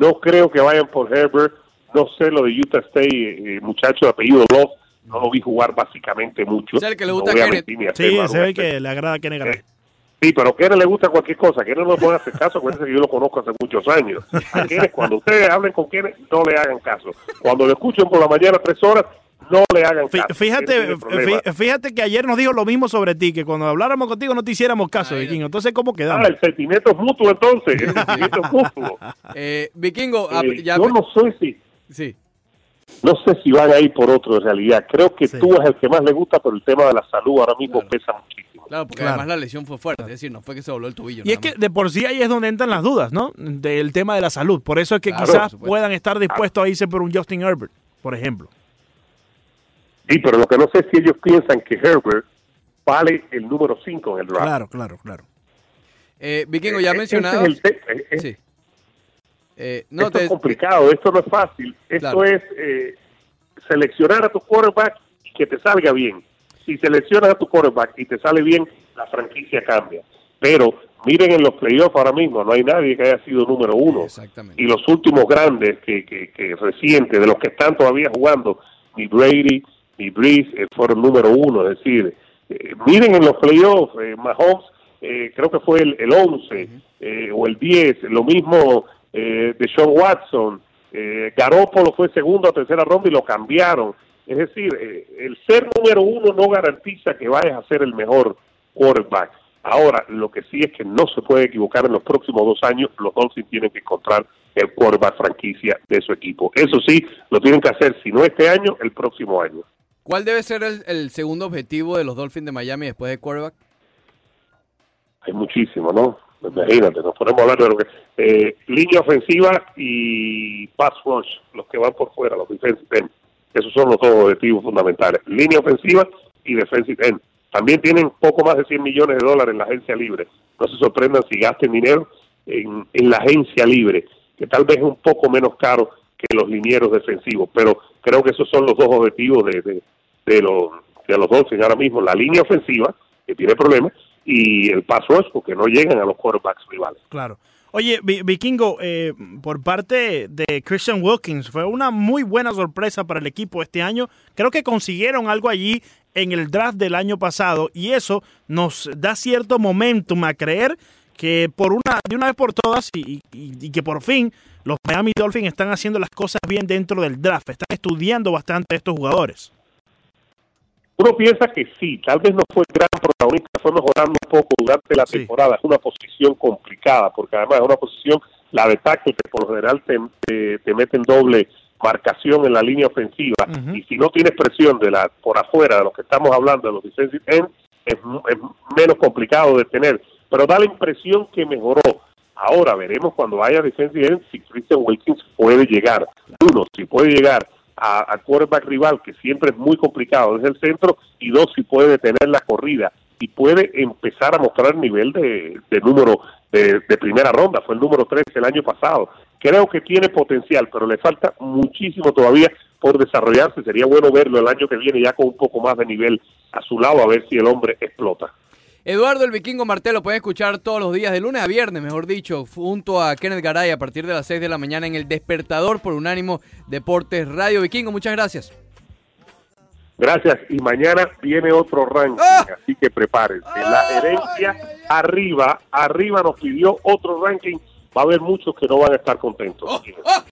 no creo que vayan por Herbert. No sé lo de Utah State, eh, muchacho de apellido Love, no lo vi jugar básicamente mucho. Es el que le No gusta voy a a Kenneth. mentir ni hacer Sí, mal se ve una que le agrada a Kenny Garay. Sí, pero a Kenneth le gusta cualquier cosa. Kenneth no le puede hacer caso. Acuérdense que yo lo conozco hace muchos años. A Kenneth, cuando ustedes hablen con Kenneth, no le hagan caso. Cuando lo escuchen por la mañana tres horas, no le hagan Fí- Ah, caso. Kenneth Fíjate, eh, tiene problemas. fí- fíjate que ayer nos dijo lo mismo sobre ti, que cuando habláramos contigo no te hiciéramos caso, Ay, Vikingo. Entonces, ¿cómo Ah, quedamos? el sentimiento es mutuo entonces. El sentimiento es mutuo. Eh, Vikingo, ah, Eh, ya- yo no sé si... sí. No sé si van a ir por otro en realidad. Creo que Sí. tú es el que más le gusta, pero el tema de la salud ahora mismo pesa muchísimo. Claro, porque Claro. además la lesión fue fuerte. Es decir, no fue que se voló el tobillo. Y es nada que más. de por sí ahí es donde entran las dudas, ¿no? Del tema de la salud. Por eso es que Claro, por quizás supuesto. puedan estar dispuestos a irse por un Justin Herbert, por ejemplo. Sí, pero lo que no sé es si ellos piensan que Herbert vale el número 5 en el draft. E-, claro, claro. Eh, Vikingo, ya Ese este es el mencionaba. te- eh, eh, Sí. Eh, no, esto te, es complicado, esto no es fácil. Esto Claro. es eh, seleccionar a tu quarterback y que te salga bien. Si seleccionas a tu quarterback y te sale bien, la franquicia cambia. Pero miren en los playoffs ahora mismo, no hay nadie que haya sido número uno. Exactamente. Y los últimos grandes que, que, que recientes, de los que están todavía jugando, ni Brady, ni Breeze, eh, fueron número uno. Es decir, eh, miren en los playoffs, eh, Mahomes eh, creo que fue el, el 11 eh, o el 10, lo mismo eh, de Sean Watson, eh, Garoppolo fue segundo o tercera ronda y lo cambiaron. Es decir, eh, el ser número uno no garantiza que vayas a ser el mejor quarterback. Ahora, lo que sí es que no se puede equivocar en los próximos dos años, los Dolphins tienen que encontrar el quarterback franquicia de su equipo. Eso sí, lo tienen que hacer, si no este año, el próximo año. ¿Cuál debe ser el, el segundo objetivo de los Dolphins de Miami después de quarterback? Hay muchísimo, ¿no? Imagínate, nos ponemos a hablar de lo que... Eh, línea ofensiva y pass rush, los que van por fuera, los defensive end. Esos son los dos objetivos fundamentales. Línea ofensiva y defensive end. También tienen poco más de 100 millones de dólares en la agencia libre. No se sorprendan si gasten dinero en, en la agencia libre, que tal vez es un poco menos caro que los linieros defensivos, pero creo que esos son los dos objetivos de, de, de los, de los Dolphins ahora mismo. La línea ofensiva, que tiene problemas, y el paso es porque no llegan a los quarterbacks rivales. Claro. Oye, Vi- Vikingo, eh, por parte de Christian Wilkins, fue una muy buena sorpresa para el equipo este año. Creo que consiguieron algo allí en el draft del año pasado y eso nos da cierto momentum a creer que por una, de una vez por todas y, y- y que por fin los Miami Dolphins están haciendo las cosas bien dentro del draft. Están estudiando bastante a estos jugadores. Uno piensa que sí, tal vez no fue el gran protagonista, fue mejorando un poco durante la Sí. temporada. Es una posición complicada, porque además es una posición, la de tackle, que por lo general te, te, te meten doble marcación en la línea ofensiva. Ujú. Y si no tienes presión de la por afuera, de los que estamos hablando, de los defensive end, es, mu- es menos complicado de tener. Pero da la impresión que mejoró. Ahora veremos cuando vaya defensive end si Christian Wilkins puede llegar. Uno, si puede llegar a, a quarterback rival, que siempre es muy complicado desde el centro, y dos, si puede detener la corrida y puede empezar a mostrar nivel de, de número de, de primera ronda, fue el número 3 el año pasado. Creo que tiene potencial, pero le falta muchísimo todavía por desarrollarse. Sería bueno verlo el año que viene ya con un poco más de nivel a su lado, a ver si el hombre explota. Eduardo el Vikingo Martel lo pueden escuchar todos los días, de lunes a viernes, mejor dicho, junto a Kenneth Garay a partir de las 6 de la mañana en El Despertador por Unánimo Deportes Radio. Vikingo, muchas gracias. Gracias. Y mañana viene otro ranking, ¡Ah! así que prepárense. ¡Ah! La herencia Ay, ay, ay. arriba, arriba nos pidió otro ranking. Va a haber muchos que no van a estar contentos. ¡Ah!